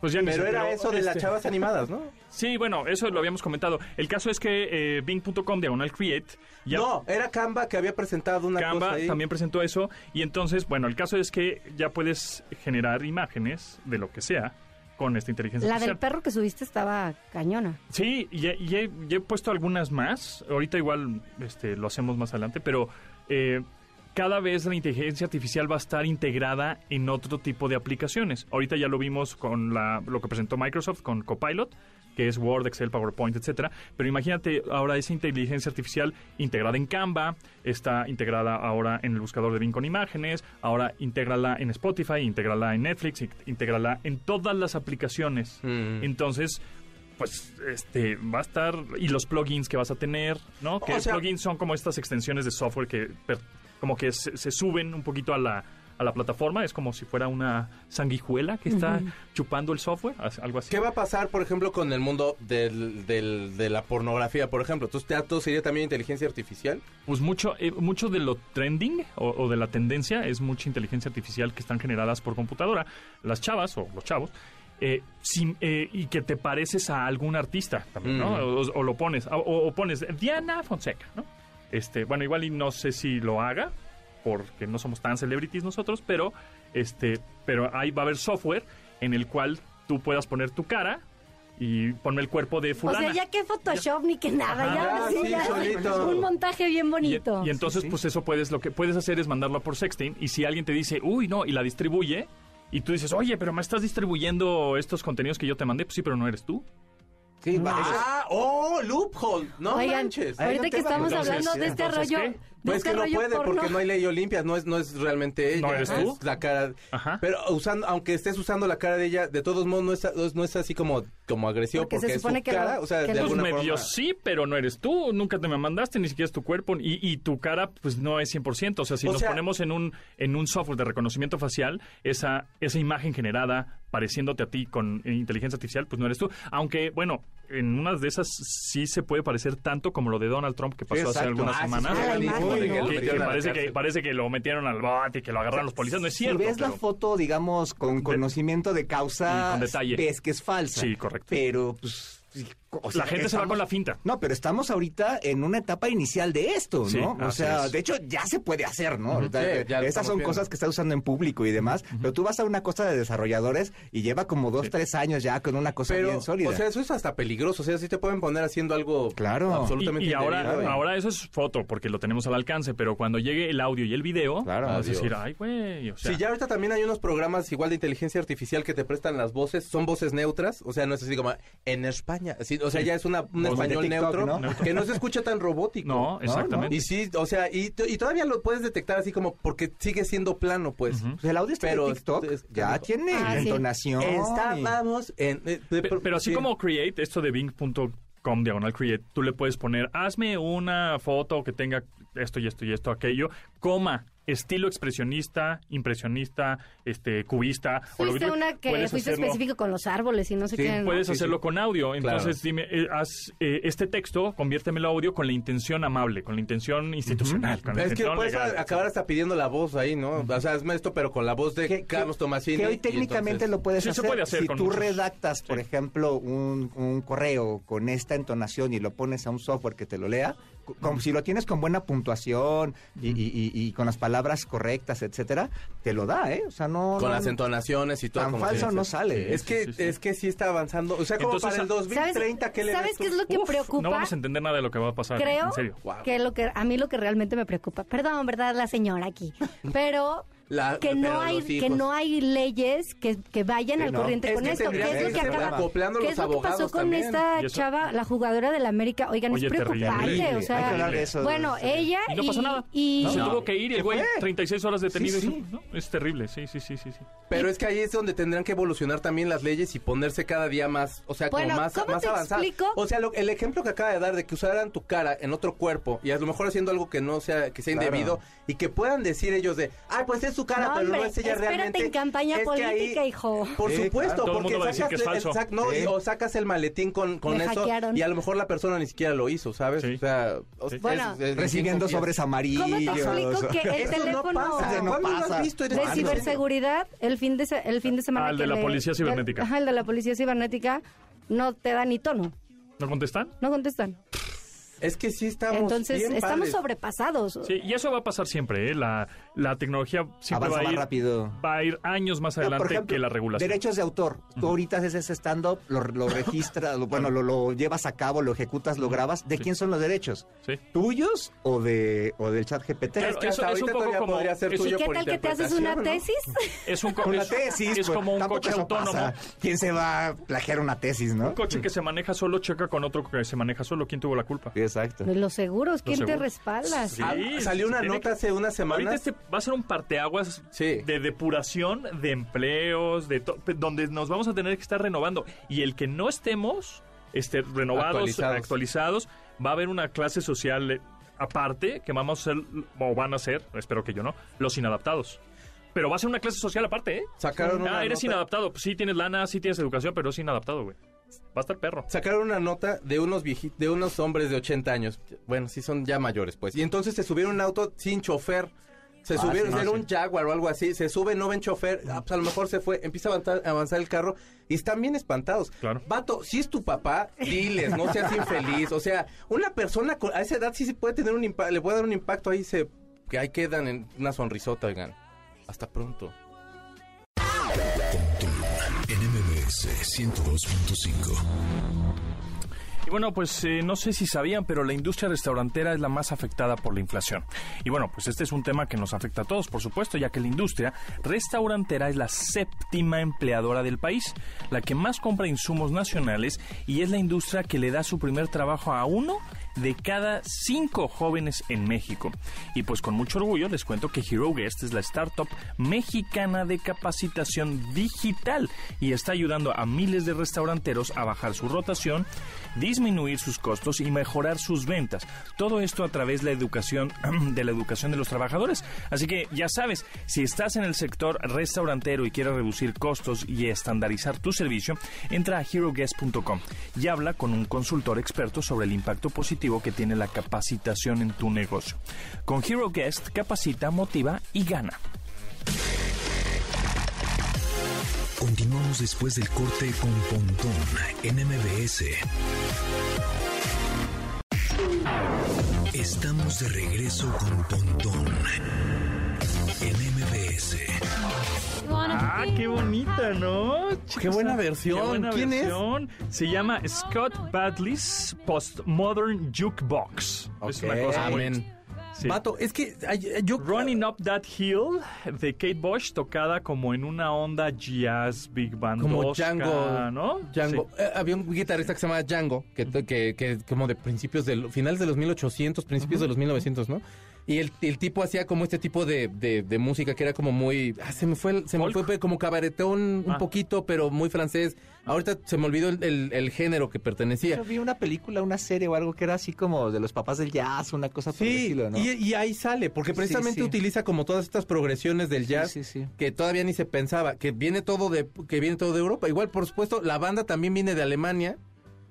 Pues ya ni Pero sé, era eso de las este- chavas animadas, ¿no? Sí, bueno, eso lo habíamos comentado. El caso es que eh, Bing.com diagonal create ya No, era Canva que había presentado una Canva cosa ahí. también presentó eso. Y entonces, bueno, el caso es que ya puedes generar imágenes de lo que sea con esta inteligencia La artificial. del perro que subiste estaba cañona. Sí, y, he- y he, y he puesto algunas más. Ahorita igual este, lo hacemos más adelante, pero eh, cada vez la inteligencia artificial va a estar integrada en otro tipo de aplicaciones. Ahorita ya lo vimos con la, lo que presentó Microsoft con Copilot, que es Word, Excel, PowerPoint, etcétera. Pero imagínate ahora esa inteligencia artificial integrada en Canva, está integrada ahora en el buscador de Bing con imágenes, ahora intégrala en Spotify, intégrala en Netflix, in- intégrala en todas las aplicaciones. Mm. Entonces, pues este va a estar y los plugins que vas a tener, ¿no? Que O sea- plugins son como estas extensiones de software que per- como que se, se suben un poquito a la a la plataforma, es como si fuera una sanguijuela que está chupando el software, as- algo así. ¿Qué va a pasar, por ejemplo, con el mundo del, del- de la pornografía, por ejemplo? ¿Tus teatros sería también inteligencia artificial? Pues mucho eh, mucho de lo trending o, o de la tendencia es mucha inteligencia artificial que están generadas por computadora, las chavas o los chavos. eh, sin- eh, y que te pareces a algún artista también, ¿no? Mm. O, o lo pones, o, o pones Diana Fonseca, ¿no? Este, bueno, igual y no sé si lo haga, porque no somos tan celebrities nosotros, pero este, pero ahí va a haber software en el cual tú puedas poner tu cara y ponme el cuerpo de O fulana. sea, ya que Photoshop ni que nada, Ajá. ya, ahora Ah, sí, sí, ya, solito. un montaje bien bonito. Y, y entonces, pues eso puedes, lo que puedes hacer es mandarla por sexting. Y si alguien te dice, uy, no, y la distribuye, y tú dices, oye, pero me estás distribuyendo estos contenidos que yo te mandé, pues sí, pero no eres tú. Sí, va, eso- ¡Ah! ¡Oh! ¡Loophole! ¡No Pues, Oigan, manches! Ay, ahorita no te que va- estamos Entonces, hablando de este ¿entonces rollo, qué? de Pues este que no rollo puede porno, porque no hay ley Olimpia, no es, no es realmente ella. No eres es tú. La cara. Ajá. Pero usando, aunque estés usando la cara de ella, de todos modos no es, no es- no es así como, como agresivo Porque porque, se es su supone que lo- cara. o sea, que de lo- Pues alguna medio forma. sí, pero no eres tú. Nunca te me mandaste, ni siquiera es tu cuerpo. Y, y tu cara, pues no es 100%. O sea, si O nos sea- ponemos en un, en un software de reconocimiento facial, esa, esa imagen generada pareciéndote a ti con inteligencia artificial, pues no eres tú. Aunque, bueno, en unas de esas sí se puede parecer tanto como lo de Donald Trump que pasó hace exacto. algunas Ah, sí, semanas. sí, la imagen, Que- ¿no? que Sí, la parece, que, cárcel. parece que lo metieron al bote y que lo agarraron los policías. No es cierto. Si ves la pero- foto, digamos, con conocimiento de causa, Y con detalle. ves que es falsa. Sí, correcto. Pero, pues... sí, o sea, la gente se va estamos- con la finta. No, pero estamos ahorita en una etapa inicial de esto, Sí, ¿no? O así sea, es. de hecho ya se puede hacer, ¿no? Ahorita, Sí, eh, ya lo estas estamos son viendo. cosas que está usando en público y demás, pero tú vas a una cosa de desarrolladores y lleva como dos, tres años ya con una cosa Pero, bien sólida. o sea, eso es hasta peligroso. O sea, sí te pueden poner haciendo algo Claro. absolutamente Y, y ahora, indebido. ¿eh? ahora eso es foto, porque lo tenemos al alcance, pero cuando llegue el audio y el video, Claro, vas a adiós. decir, ay, güey, o sea, sí, ya ahorita también hay unos programas igual de inteligencia artificial que te prestan las voces, son voces neutras, o sea, no es así como en España, sí, o sea, ya es una, un de español TikTok, neutro ¿no? que no se escucha tan robótico. no, exactamente. Y sí, o sea, y, t- y todavía lo puedes detectar así como porque sigue siendo plano, pues. Pues el audio está Pero de TikTok, es- es- ya tiene Ah, sí. entonación. y- Estábamos en... eh, de- Pe- Pero, así sí. como create, esto de bing.com diagonal create, tú le puedes poner, hazme una foto que tenga esto y esto y esto, aquello, coma, estilo expresionista, impresionista, este cubista. o lo que Fuiste tú- una que puedes fuiste hacerlo- específico con los árboles y no sé Sí, qué. ¿no? Puedes Sí, hacerlo sí. con audio, Claro. entonces dime, eh, haz eh, este texto, conviértemelo a audio con la intención amable, con la intención institucional. con la Es que intención puedes legal. acabar hasta pidiendo la voz ahí, ¿no? O sea, hazme esto, pero con la voz de que, Carlos que- Tomasini. que hoy y técnicamente entonces- lo puedes Sí, se hacer. puede hacer si con tú muchos- redactas, por ejemplo, un, un correo con esta entonación y lo pones a un software que te lo lea, co- como si lo tienes con buena puntuación y, y- y- y con las palabras correctas, etcétera, te lo da, ¿eh? O sea, no. Con no- las entonaciones y todo. Tan como falso se dice. no sale. Es Sí, que, sí, sí. es que sí está avanzando. O sea, como Entonces, para el 2030, ¿qué le ves ¿Sabes tú? qué es lo que Uf, preocupa? No vamos a entender nada de lo que va a pasar. Creo En serio. Wow. que lo que a mí lo que realmente me preocupa, perdón, verdad, la señora aquí, pero La- que pero no los hay que hijos. no hay leyes que, que vayan Sí, al no. corriente Es con que esto, que tendría es que lo que ser acaba. acoplando ¿Qué los es lo que pasó abogados con también? esta Y eso- chava, la jugadora de la América? Oigan, Oye, es terrible. preocupante, o Hay que sea, hablar de eso. bueno, ella Y no pasó nada. y- Y se No. tuvo que ir y el ¿Qué güey, fue? 36 horas detenido. Sí, y sí. eso, ¿no? Es terrible, sí, sí, sí, sí. sí. Pero es que ahí es donde tendrán que evolucionar también las leyes y ponerse cada día más, o sea, Bueno, como más, ¿cómo más te avanzadas. explico? O sea, lo- el ejemplo que acaba de dar de que usaran tu cara en otro cuerpo y a lo mejor haciendo algo que no sea, que sea Claro. indebido y que puedan decir ellos de, ay, pues es su cara, No, pero no hombre, es ella espérate realmente. en campaña Es que ahí- política, hijo. Por Sí, supuesto, claro. Todo el porque mundo va a decir que es sacas el- falso. sac- no, Sí. y- o sacas el maletín con, con Me eso hackearon. y a lo mejor la persona ni siquiera lo hizo, ¿sabes? Sí. O sea, o- Sí. Bueno. Recibiendo sobres amarillos. ¿Cómo te explico que el Eso no teléfono pasa. No ¿Cuándo lo has pasa. visto en de este año? ciberseguridad el fin de se- el fin de semana Ah, el que de la le- policía cibernética. Ajá, el de la policía cibernética no te da ni tono, ¿No contestan? no contestan. Es que sí estamos Entonces, bien estamos padres. sobrepasados. Sí, y eso va a pasar siempre, ¿eh? La, la tecnología siempre Avanza va a, más ir, rápido. va a ir años más Por adelante ejemplo, que la regulación. Derechos de autor. Tú ahorita haces ese stand-up, lo, lo registras, lo- bueno, lo, lo llevas a cabo, lo ejecutas, lo grabas. ¿De quién son los derechos? Sí. ¿Tuyos o, de, o del chat GPT? Claro, Es que eso hasta es un ahorita poco todavía como- podría ser es un- ¿Y tuyo qué por tal que te haces una interpretación, ¿no? tesis? Es, un co- Con la es- tesis. es pues, como un tampoco coche eso autónomo. pasa. Mm. ¿Quién se va a plagiar una tesis, no? Un coche que se maneja solo choca con otro que se maneja solo. ¿Quién tuvo la culpa? Exacto. Los seguros, Pues ¿quién te seguros. respaldas? Sí. Ah, salió una tiene nota que- hace unas Ahorita semanas. este va a ser un parteaguas Sí. de depuración de empleos, de to- pe- donde nos vamos a tener que estar renovando. Y el que no estemos este, renovados, Actualizados. actualizados. va a haber una clase social eh, aparte que vamos a ser, o van a ser, espero que yo no, los inadaptados. Pero va a ser una clase social aparte, ¿eh? Sacaron una Ah, eres nota- inadaptado. Pues sí tienes lana, sí tienes educación, pero es inadaptado, güey. Va a estar perro. Sacaron una nota de unos viejitos, de unos hombres de 80 años. Bueno, sí son ya mayores, pues. Y entonces se subieron a un auto sin chofer. Se Ah, subieron, sí, era sí. un Jaguar o algo así. Se sube, no ven chofer. Ah, pues a lo mejor se fue. Empieza a avanzar, a avanzar el carro y están bien espantados. Claro. Vato, si es tu papá, diles, no seas infeliz. O sea, una persona con- a esa edad sí se puede tener un impacto, le puede dar un impacto ahí. Se, que ahí quedan en una sonrisota, oigan. Hasta pronto. En MBS 102.5. Y bueno, pues eh, no sé si sabían, pero la industria restaurantera es la más afectada por la inflación. Y bueno, pues este es un tema que nos afecta a todos, por supuesto, ya que la industria restaurantera es la séptima empleadora del país, la que más compra insumos nacionales y es la industria que le da su primer trabajo a uno de cada cinco jóvenes en México. Y pues con mucho orgullo les cuento que Hero Guest es la startup mexicana de capacitación digital y está ayudando a miles de restauranteros a bajar su rotación, disminuir sus costos y mejorar sus ventas. Todo esto a través de la educación de la educación de los trabajadores. Así que ya sabes, si estás en el sector restaurantero y quieres reducir costos y estandarizar tu servicio, entra a heroguest.com y habla con un consultor experto sobre el impacto positivo que tiene la capacitación en tu negocio. Con Hero Guest capacita, motiva y gana. Continuamos después del corte con Pontón en MBS. Estamos de regreso con Pontón en MBS. Ah, qué bonita, ¿no? Chicos, Qué buena versión. qué buena ¿Quién es? versión. Se llama Scott Badley's Postmodern Jukebox. Es una Ok. cosa muy- Amén. Sí. Vato, es que ay, yo... Running Up That Hill de Kate Bush, tocada como en una onda jazz, big band, Como Django, ¿no? Django. Eh, había un guitarrista que se llamaba Django, que, que, que como de principios de finales de los 1800, principios de los 1900, ¿no? Y el, el tipo hacía como este tipo de, de- de música que era como muy... ah, se me fue, el- se me Folk. fue como cabaretón un Ah. poquito, pero muy francés. Ahorita se me olvidó el, el- el género que pertenecía. Yo vi una película, una serie o algo que era así como de los papás del jazz, una cosa por el Sí, estilo, ¿no? y, y ahí sale, porque Sí, precisamente sí. utiliza como todas estas progresiones del jazz sí, sí. que todavía ni se pensaba, que viene todo de que viene todo de Europa. Igual, por supuesto, la banda también viene de Alemania.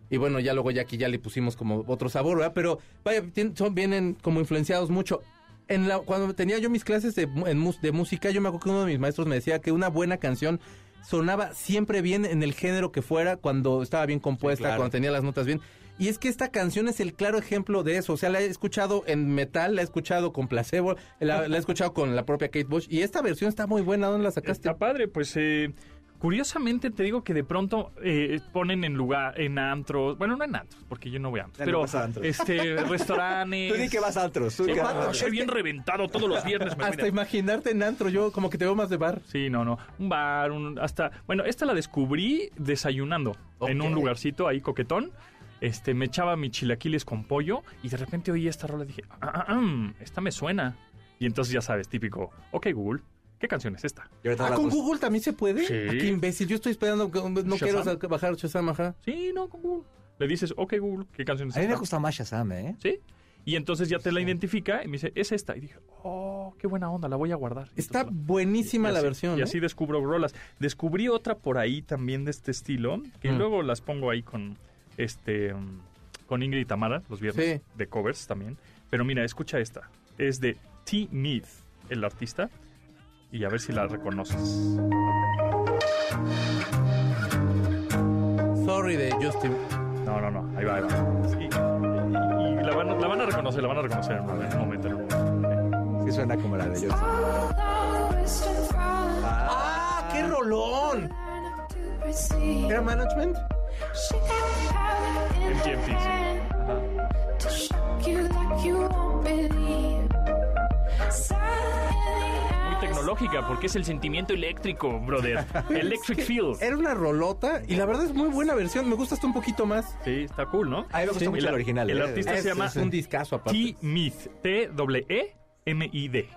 Y bueno, ya luego ya aquí ya le pusimos como otro sabor, ¿verdad? Pero vaya, tien- son, vienen como influenciados mucho. En la, cuando tenía yo mis clases de, mu- en mus- de música, yo me acuerdo que uno de mis maestros me decía que una buena canción sonaba siempre bien en el género que fuera, cuando estaba bien compuesta, claro. cuando tenía las notas bien. Y es que esta canción es el claro ejemplo de eso. O sea, la he escuchado en metal, la he escuchado con placebo, la, la he escuchado con la propia Kate Bush. Y esta versión está muy buena. ¿Dónde la sacaste? Está padre, pues eh, curiosamente te digo que de pronto eh, ponen en lugar, en antros, bueno, no en antros, porque yo no voy a antros, Ya no pero vas a antros. este, restaurantes. Tú di que vas a otros. Sí, cuando soy bien reventado todos los viernes. me voy Hasta de- imaginarte en antro, yo como que te veo más de bar. Sí, no, no. Un bar, un, hasta... Bueno, esta la descubrí desayunando en Ok. un lugarcito ahí coquetón. Este, me echaba mis chilaquiles con pollo y de repente oí esta rola y dije, "Ah, ah, ah, mm, esta me suena. Y entonces ya sabes, típico, ok Google, ¿qué canción es esta? Ah, con Google también se puede. Sí. Ah, Qué imbécil, yo estoy esperando, que- no Shazam. quiero sa- bajar Shazam, ajá. Sí, no, con Google. Le dices, ok Google, ¿qué canción es A mí me esta? gusta más Shazam, ¿eh? Sí. Y entonces ya te Este. la identifica y me dice, es esta. Y dije, oh, qué buena onda, la voy a guardar. Y Está entonces la- buenísima Y la así- versión. Y ¿eh? así descubro rolas. Descubrí otra por ahí también de este estilo, que Mm. luego las pongo ahí con este mm, con Ingrid y Tamara los viernes Sí. de covers también. Pero mira, escucha esta. Es de T. Mead, el artista. Y a ver si la reconoces. Sorry de Justin. No, no, no. Ahí va, ahí va. Sí. Y, y la, van, la van a reconocer, la van a reconocer en un momento. en un momento. Sí suena como la de ellos. ¡Ah, qué rolón! ¿Era management? MTMT, sí. Ajá. Muy tecnológica, porque es el sentimiento eléctrico, brother. Electric Field. Era una rolota y la verdad es muy buena versión. Me gusta hasta un poquito más. Sí, está cool, ¿no? A mí me gusta Sí. mucho el ar- original, El ¿eh? artista Es- se llama es un discazo aparte. T-Myth. T-E-M-I-D.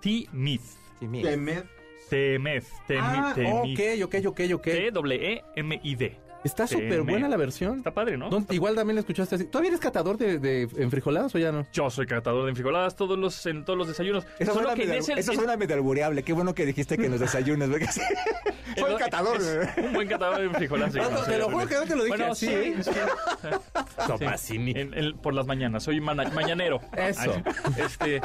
T-Myth. Timmy. T-Myth. Ah, T-Myth. ok, ok, ok, ok. T-E-M-I-D. Está súper buena la versión. Está padre, ¿no? ¿Dónde- Igual también la escuchaste así. ¿Todavía eres catador de, de enfrijoladas o ya no? Yo soy catador de enfrijoladas todos los, en todos los desayunos. Eso Solo suena, que en medio, ese... eso suena medio albureable. Qué bueno que dijiste que en los desayunos, porque sí. es- Soy es- catador. es Un buen catador de enfrijoladas. sí, Ah, no, te sí, lo juro que no te lo dije Bueno, así, sí, ¿eh? sí. Tomasini. En- en- por las mañanas, soy mana- mañanero. Eso. Ay, Este,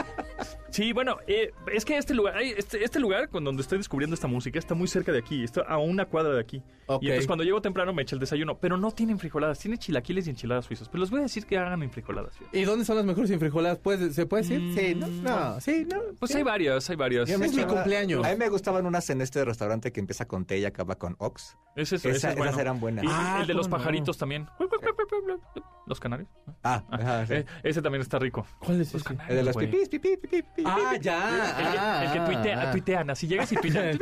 sí, bueno, eh, es que este lugar, ay, este, este lugar con donde estoy descubriendo esta música está muy cerca de aquí, está a una cuadra de aquí. Ok. Y entonces cuando llego temprano me echa el desayuno, pero no tienen frijoladas, tiene chilaquiles y enchiladas suizas. Pero les voy a decir que hagan en frijoladas. fíjate. ¿Y dónde son las mejores enfrijoladas? ¿Puedes- ¿Se puede decir? Mm, sí, no, no, sí, no. Pues sí. hay varias, hay varias. Yo me Es mi echaba- cumpleaños. A mí me gustaban unas en este restaurante que empieza con T y acaba con Ox. Ese es- ese Esa- es bueno. esas eran buenas. Y Ah, el de los ¿cómo no? pajaritos también. Los canarios. Ah, ajá, sí. Eh, pues Ese también está rico. ¿Cuál es Los ese? canarios, El de los güey. pipis, pipí, pipí, pipí. Ah, ya. El que, el que ah, tuitea- ah. tuitean, así llegas y tuitean.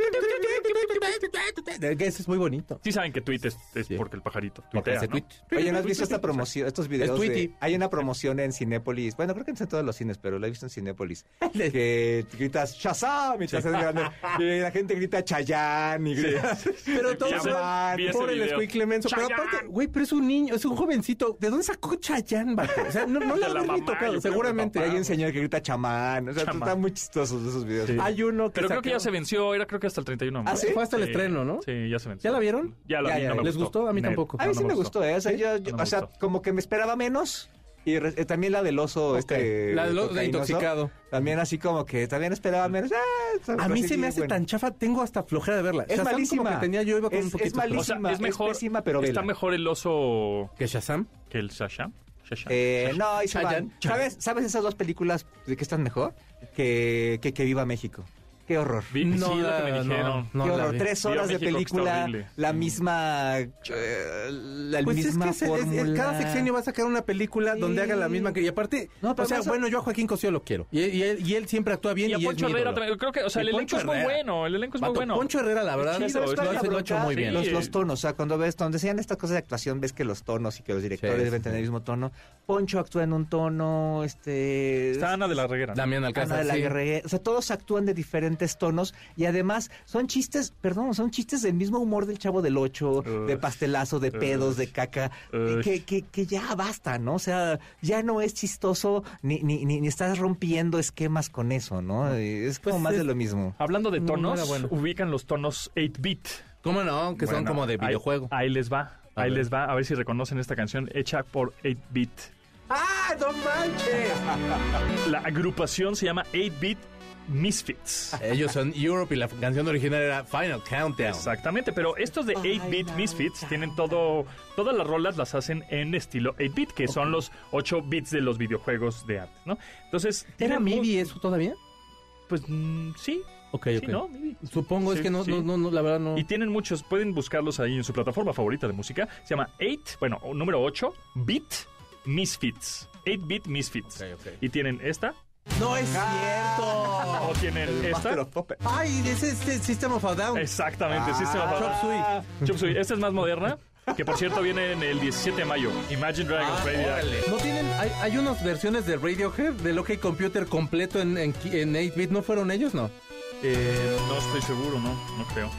Ese es muy bonito. Sí saben que tweet es, es Sí. porque el pajarito Porque tuitea, hace ¿no? tweet. Oye, ¿no has visto esta promoción, estos videos? de- Tweety. hay una promoción en Cinépolis. Bueno, creo que es en todos los cines, pero la he visto en Cinépolis. que gritas Shazam y te haces grande. Y la gente grita Chayanne y grita. Sí, Pero todo vi ese- fue vi ese por el video. escuincle menso. Pero ¡Chayanne! aparte, güey, pero es un niño, es un jovencito. ¿De dónde sacó Chayán, vato? O sea, no, no De le la habrá ni mamá, yo tocado, creo, seguramente. Y hay Hay, un señor que grita chamán. O sea, Chamán. están muy chistosos esos videos. Sí. hay uno que Pero creo que ya se sacaron- venció, era creo que hasta el 31 de ¿Ah, marzo. sí? Fue hasta el estreno, ¿no? Sí, ya se venció. ¿Ya la vieron? Ya la Ya, vi, ya, no me ¿les gustó? A mí tampoco. A mí sí me gustó, ¿eh? O sea, ¿Sí? yo, yo- No me o sea, gustó. como que me esperaba menos. Y re- eh, también la del oso, Ok. este. La del oso cocaínoso, intoxicado. También así como que también esperaba menos. Ah, A Pues mí se me hace tan chafa, tengo hasta flojera de verla. Es Shazam malísima. Como que tenía yo iba con Es- un poquito. es malísima. O sea, Pésima, es mejor. es pésima, pero está vela. mejor el oso ¿Que Shazam? que el Shasham. Shasham. Eh, no, ahí se Chayanne. van. ¿Sabes, ¿Sabes esas dos películas de que están mejor? Que, que, que Viva México. Qué horror. Vi- sí, es lo que me la- dijeron. no, Qué no la horror. vi. Tres Viva horas de México, que está película, horrible. la misma. eh, la Mm. Pues es misma que ese- es- es- fórmula. cada sexenio va a sacar una película donde haga la misma que. Y aparte, No, pero o sea, vas a- bueno, yo a Joaquín Cosío lo quiero. Y, y él, y él siempre actúa y bien. Y, a es Poncho mi Herrera ídolo. también. Creo que, o sea, Y el elenco Poncho es muy Herrera. bueno. El elenco es muy Vato, bueno. Poncho Herrera, la verdad, chido, lo, es hace- la lo ha hecho bronca. muy bien. Los, Sí. los tonos, o sea, cuando ves, donde sean estas cosas de actuación, ves que los tonos y que los directores Sí, deben sí, tener el mismo tono. Poncho actúa en un tono, este... Está Ana de la Reguera. ¿no? Damián Ana Alcázar. de la sí. Guerre- O sea, todos actúan de diferentes tonos y además son chistes, perdón, son chistes del mismo humor del Chavo del Ocho, Ush, de pastelazo, de pedos, de caca, ush. que, que, que ya basta, ¿no? O sea, ya no es chistoso ni, ni, ni, ni estás rompiendo esquemas con eso, ¿no? Es como Pues más es- de lo mismo. Hablando de No, no tonos, era bueno. ubican los tonos 8-bit. ¿Cómo no? Que son Bueno, como de ahí- videojuego. Ahí, les va. A ahí ver. les va. A ver si reconocen esta canción hecha por 8-bit. ¡Ah, no manches! La agrupación se llama 8-bit Misfits. Ellos son Europe y la canción original era Final Countdown. Exactamente, pero estos de 8-bit Misfits tienen todo, todas las rolas las hacen en estilo 8-bit, que son los 8 bits de los videojuegos de antes, ¿no? Entonces, ¿Era tienen mu- MIDI eso todavía? Pues mm, sí, Ok, sí, ok. ¿no? MIDI. Supongo, Sí, es que no, sí. no, no, no, la verdad no. Y tienen muchos, pueden buscarlos ahí en su plataforma favorita de música. Se llama 8, bueno, o número 8, Bit Misfits. 8-bit Misfits. Ok, ok. Y tienen esta, ¡No es Ah. o cierto! tienen esta. ¡Ay, ese este, es el System of a Down! Exactamente, sí se Ah, Chop va Suey. a Chop Suey. Esta es más moderna, que por cierto viene en el 17 de mayo. Imagine Dragons, Ah, Freddy Dragons. No tienen, hay, hay unas versiones de Radiohead, del OK Computer completo en, en, en 8-bit, ¿no fueron ellos? No. Eh, no estoy seguro, no, no creo.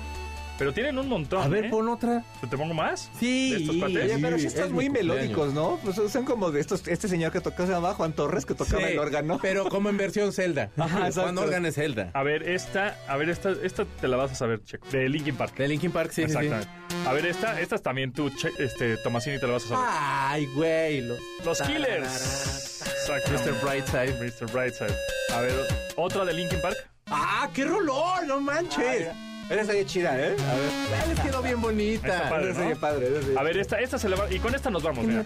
Pero tienen un montón. A ver, ¿eh? pon otra. ¿Te, te pongo más? ¿De Sí. estos cuates? Oye, pero sí es están mi muy cumpleaños. melódicos, ¿no? Pues son como de estos, este señor que tocaba, se llamaba Juan Torres, que tocaba Sí, el órgano. Pero como en versión Zelda. Ajá, Juan exacto. Ah. Organ es Zelda. A ver, esta, a ver, esta, esta te la vas a saber, Checo. De Linkin Park. De Linkin Park, sí, sí, sí. Exactamente. A ver, esta, esta también tú, Che- este, Tomasini, te la vas a saber. Ay, güey. lo- Los Killers. Exacto. Mr. Brightside. Mr. Brightside. A ver, otra de Linkin Park. ¡Ah, qué rolón! ¡No manches! Esa está bien chida, ¿eh? A ver, Ah, les quedó bien Está bonita. padre, esa está bien ¿no? padre. esa está bien A ver, esta, esta se la va... Y con esta nos vamos, mira.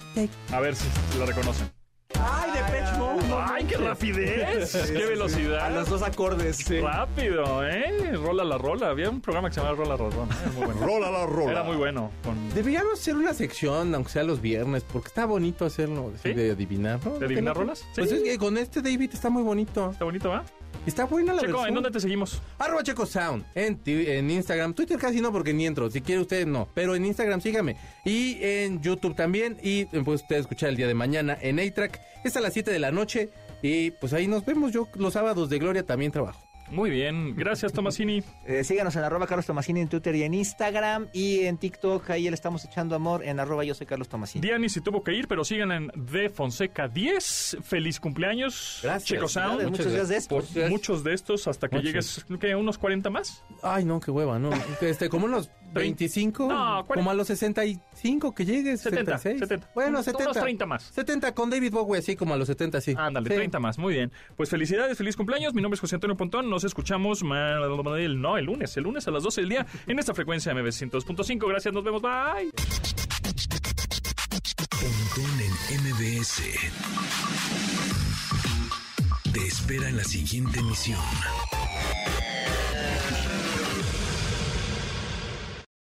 A ver si la reconocen. ¡Ay, de Pech Mode! no ¡Ay, qué manches! rapidez! ¡Qué velocidad! A los dos acordes. Sí. Rápido, ¿eh? Rola la rola. Había un programa que se llamaba Rola la rola. Era muy bueno. Rola la rola. Era muy bueno. Con... Deberíamos hacer una sección, aunque sea los viernes, porque está bonito hacerlo, así ¿Sí? de adivinar, ¿no? ¿De adivinar ¿Qué no? rolas? Pues es que con este David está muy bonito. Está bonito, ¿va? Está buena la Checo, versión. ¿en dónde te seguimos? Arroba Checo Sound. En, ti- en Instagram. Twitter casi no porque ni entro. Si quiere usted no. Pero en Instagram sígame. Y en YouTube también. Y eh, puede usted escuchar el día de mañana en A-Track. Es a las 7 de la noche. Y pues ahí nos vemos. Yo los sábados de Gloria también trabajo. Muy bien, gracias Tomasini. Eh, síganos en arroba Carlos Tomasini en Twitter y en Instagram. Y en TikTok, ahí le estamos echando amor en arroba yo soy Carlos Tomasini. Diani se tuvo que ir, pero síganla en De Fonseca 10. Feliz cumpleaños. Gracias. Checo Felicidades, Sound. Muchas gracias de esto. Muchos de estos hasta que Muchos. llegues ¿qué? unos 40 más. Ay, no, qué hueva, no. Este, como unos 25, No, cuarenta. como a los 65 que llegues, 70, 76. 70. Bueno, Unos 70. 30 más. 70 con David Bowie, sí, como a los 70, sí. Ándale, Sí. 30 más, muy bien. Pues felicidades, feliz cumpleaños. Mi nombre es José Antonio Pontón. Nos escuchamos ma- el, no, el lunes, el lunes a las 12 del día en esta frecuencia MB 102.5. Gracias, nos vemos, bye. Pontón en MBS. Te espera en la siguiente emisión.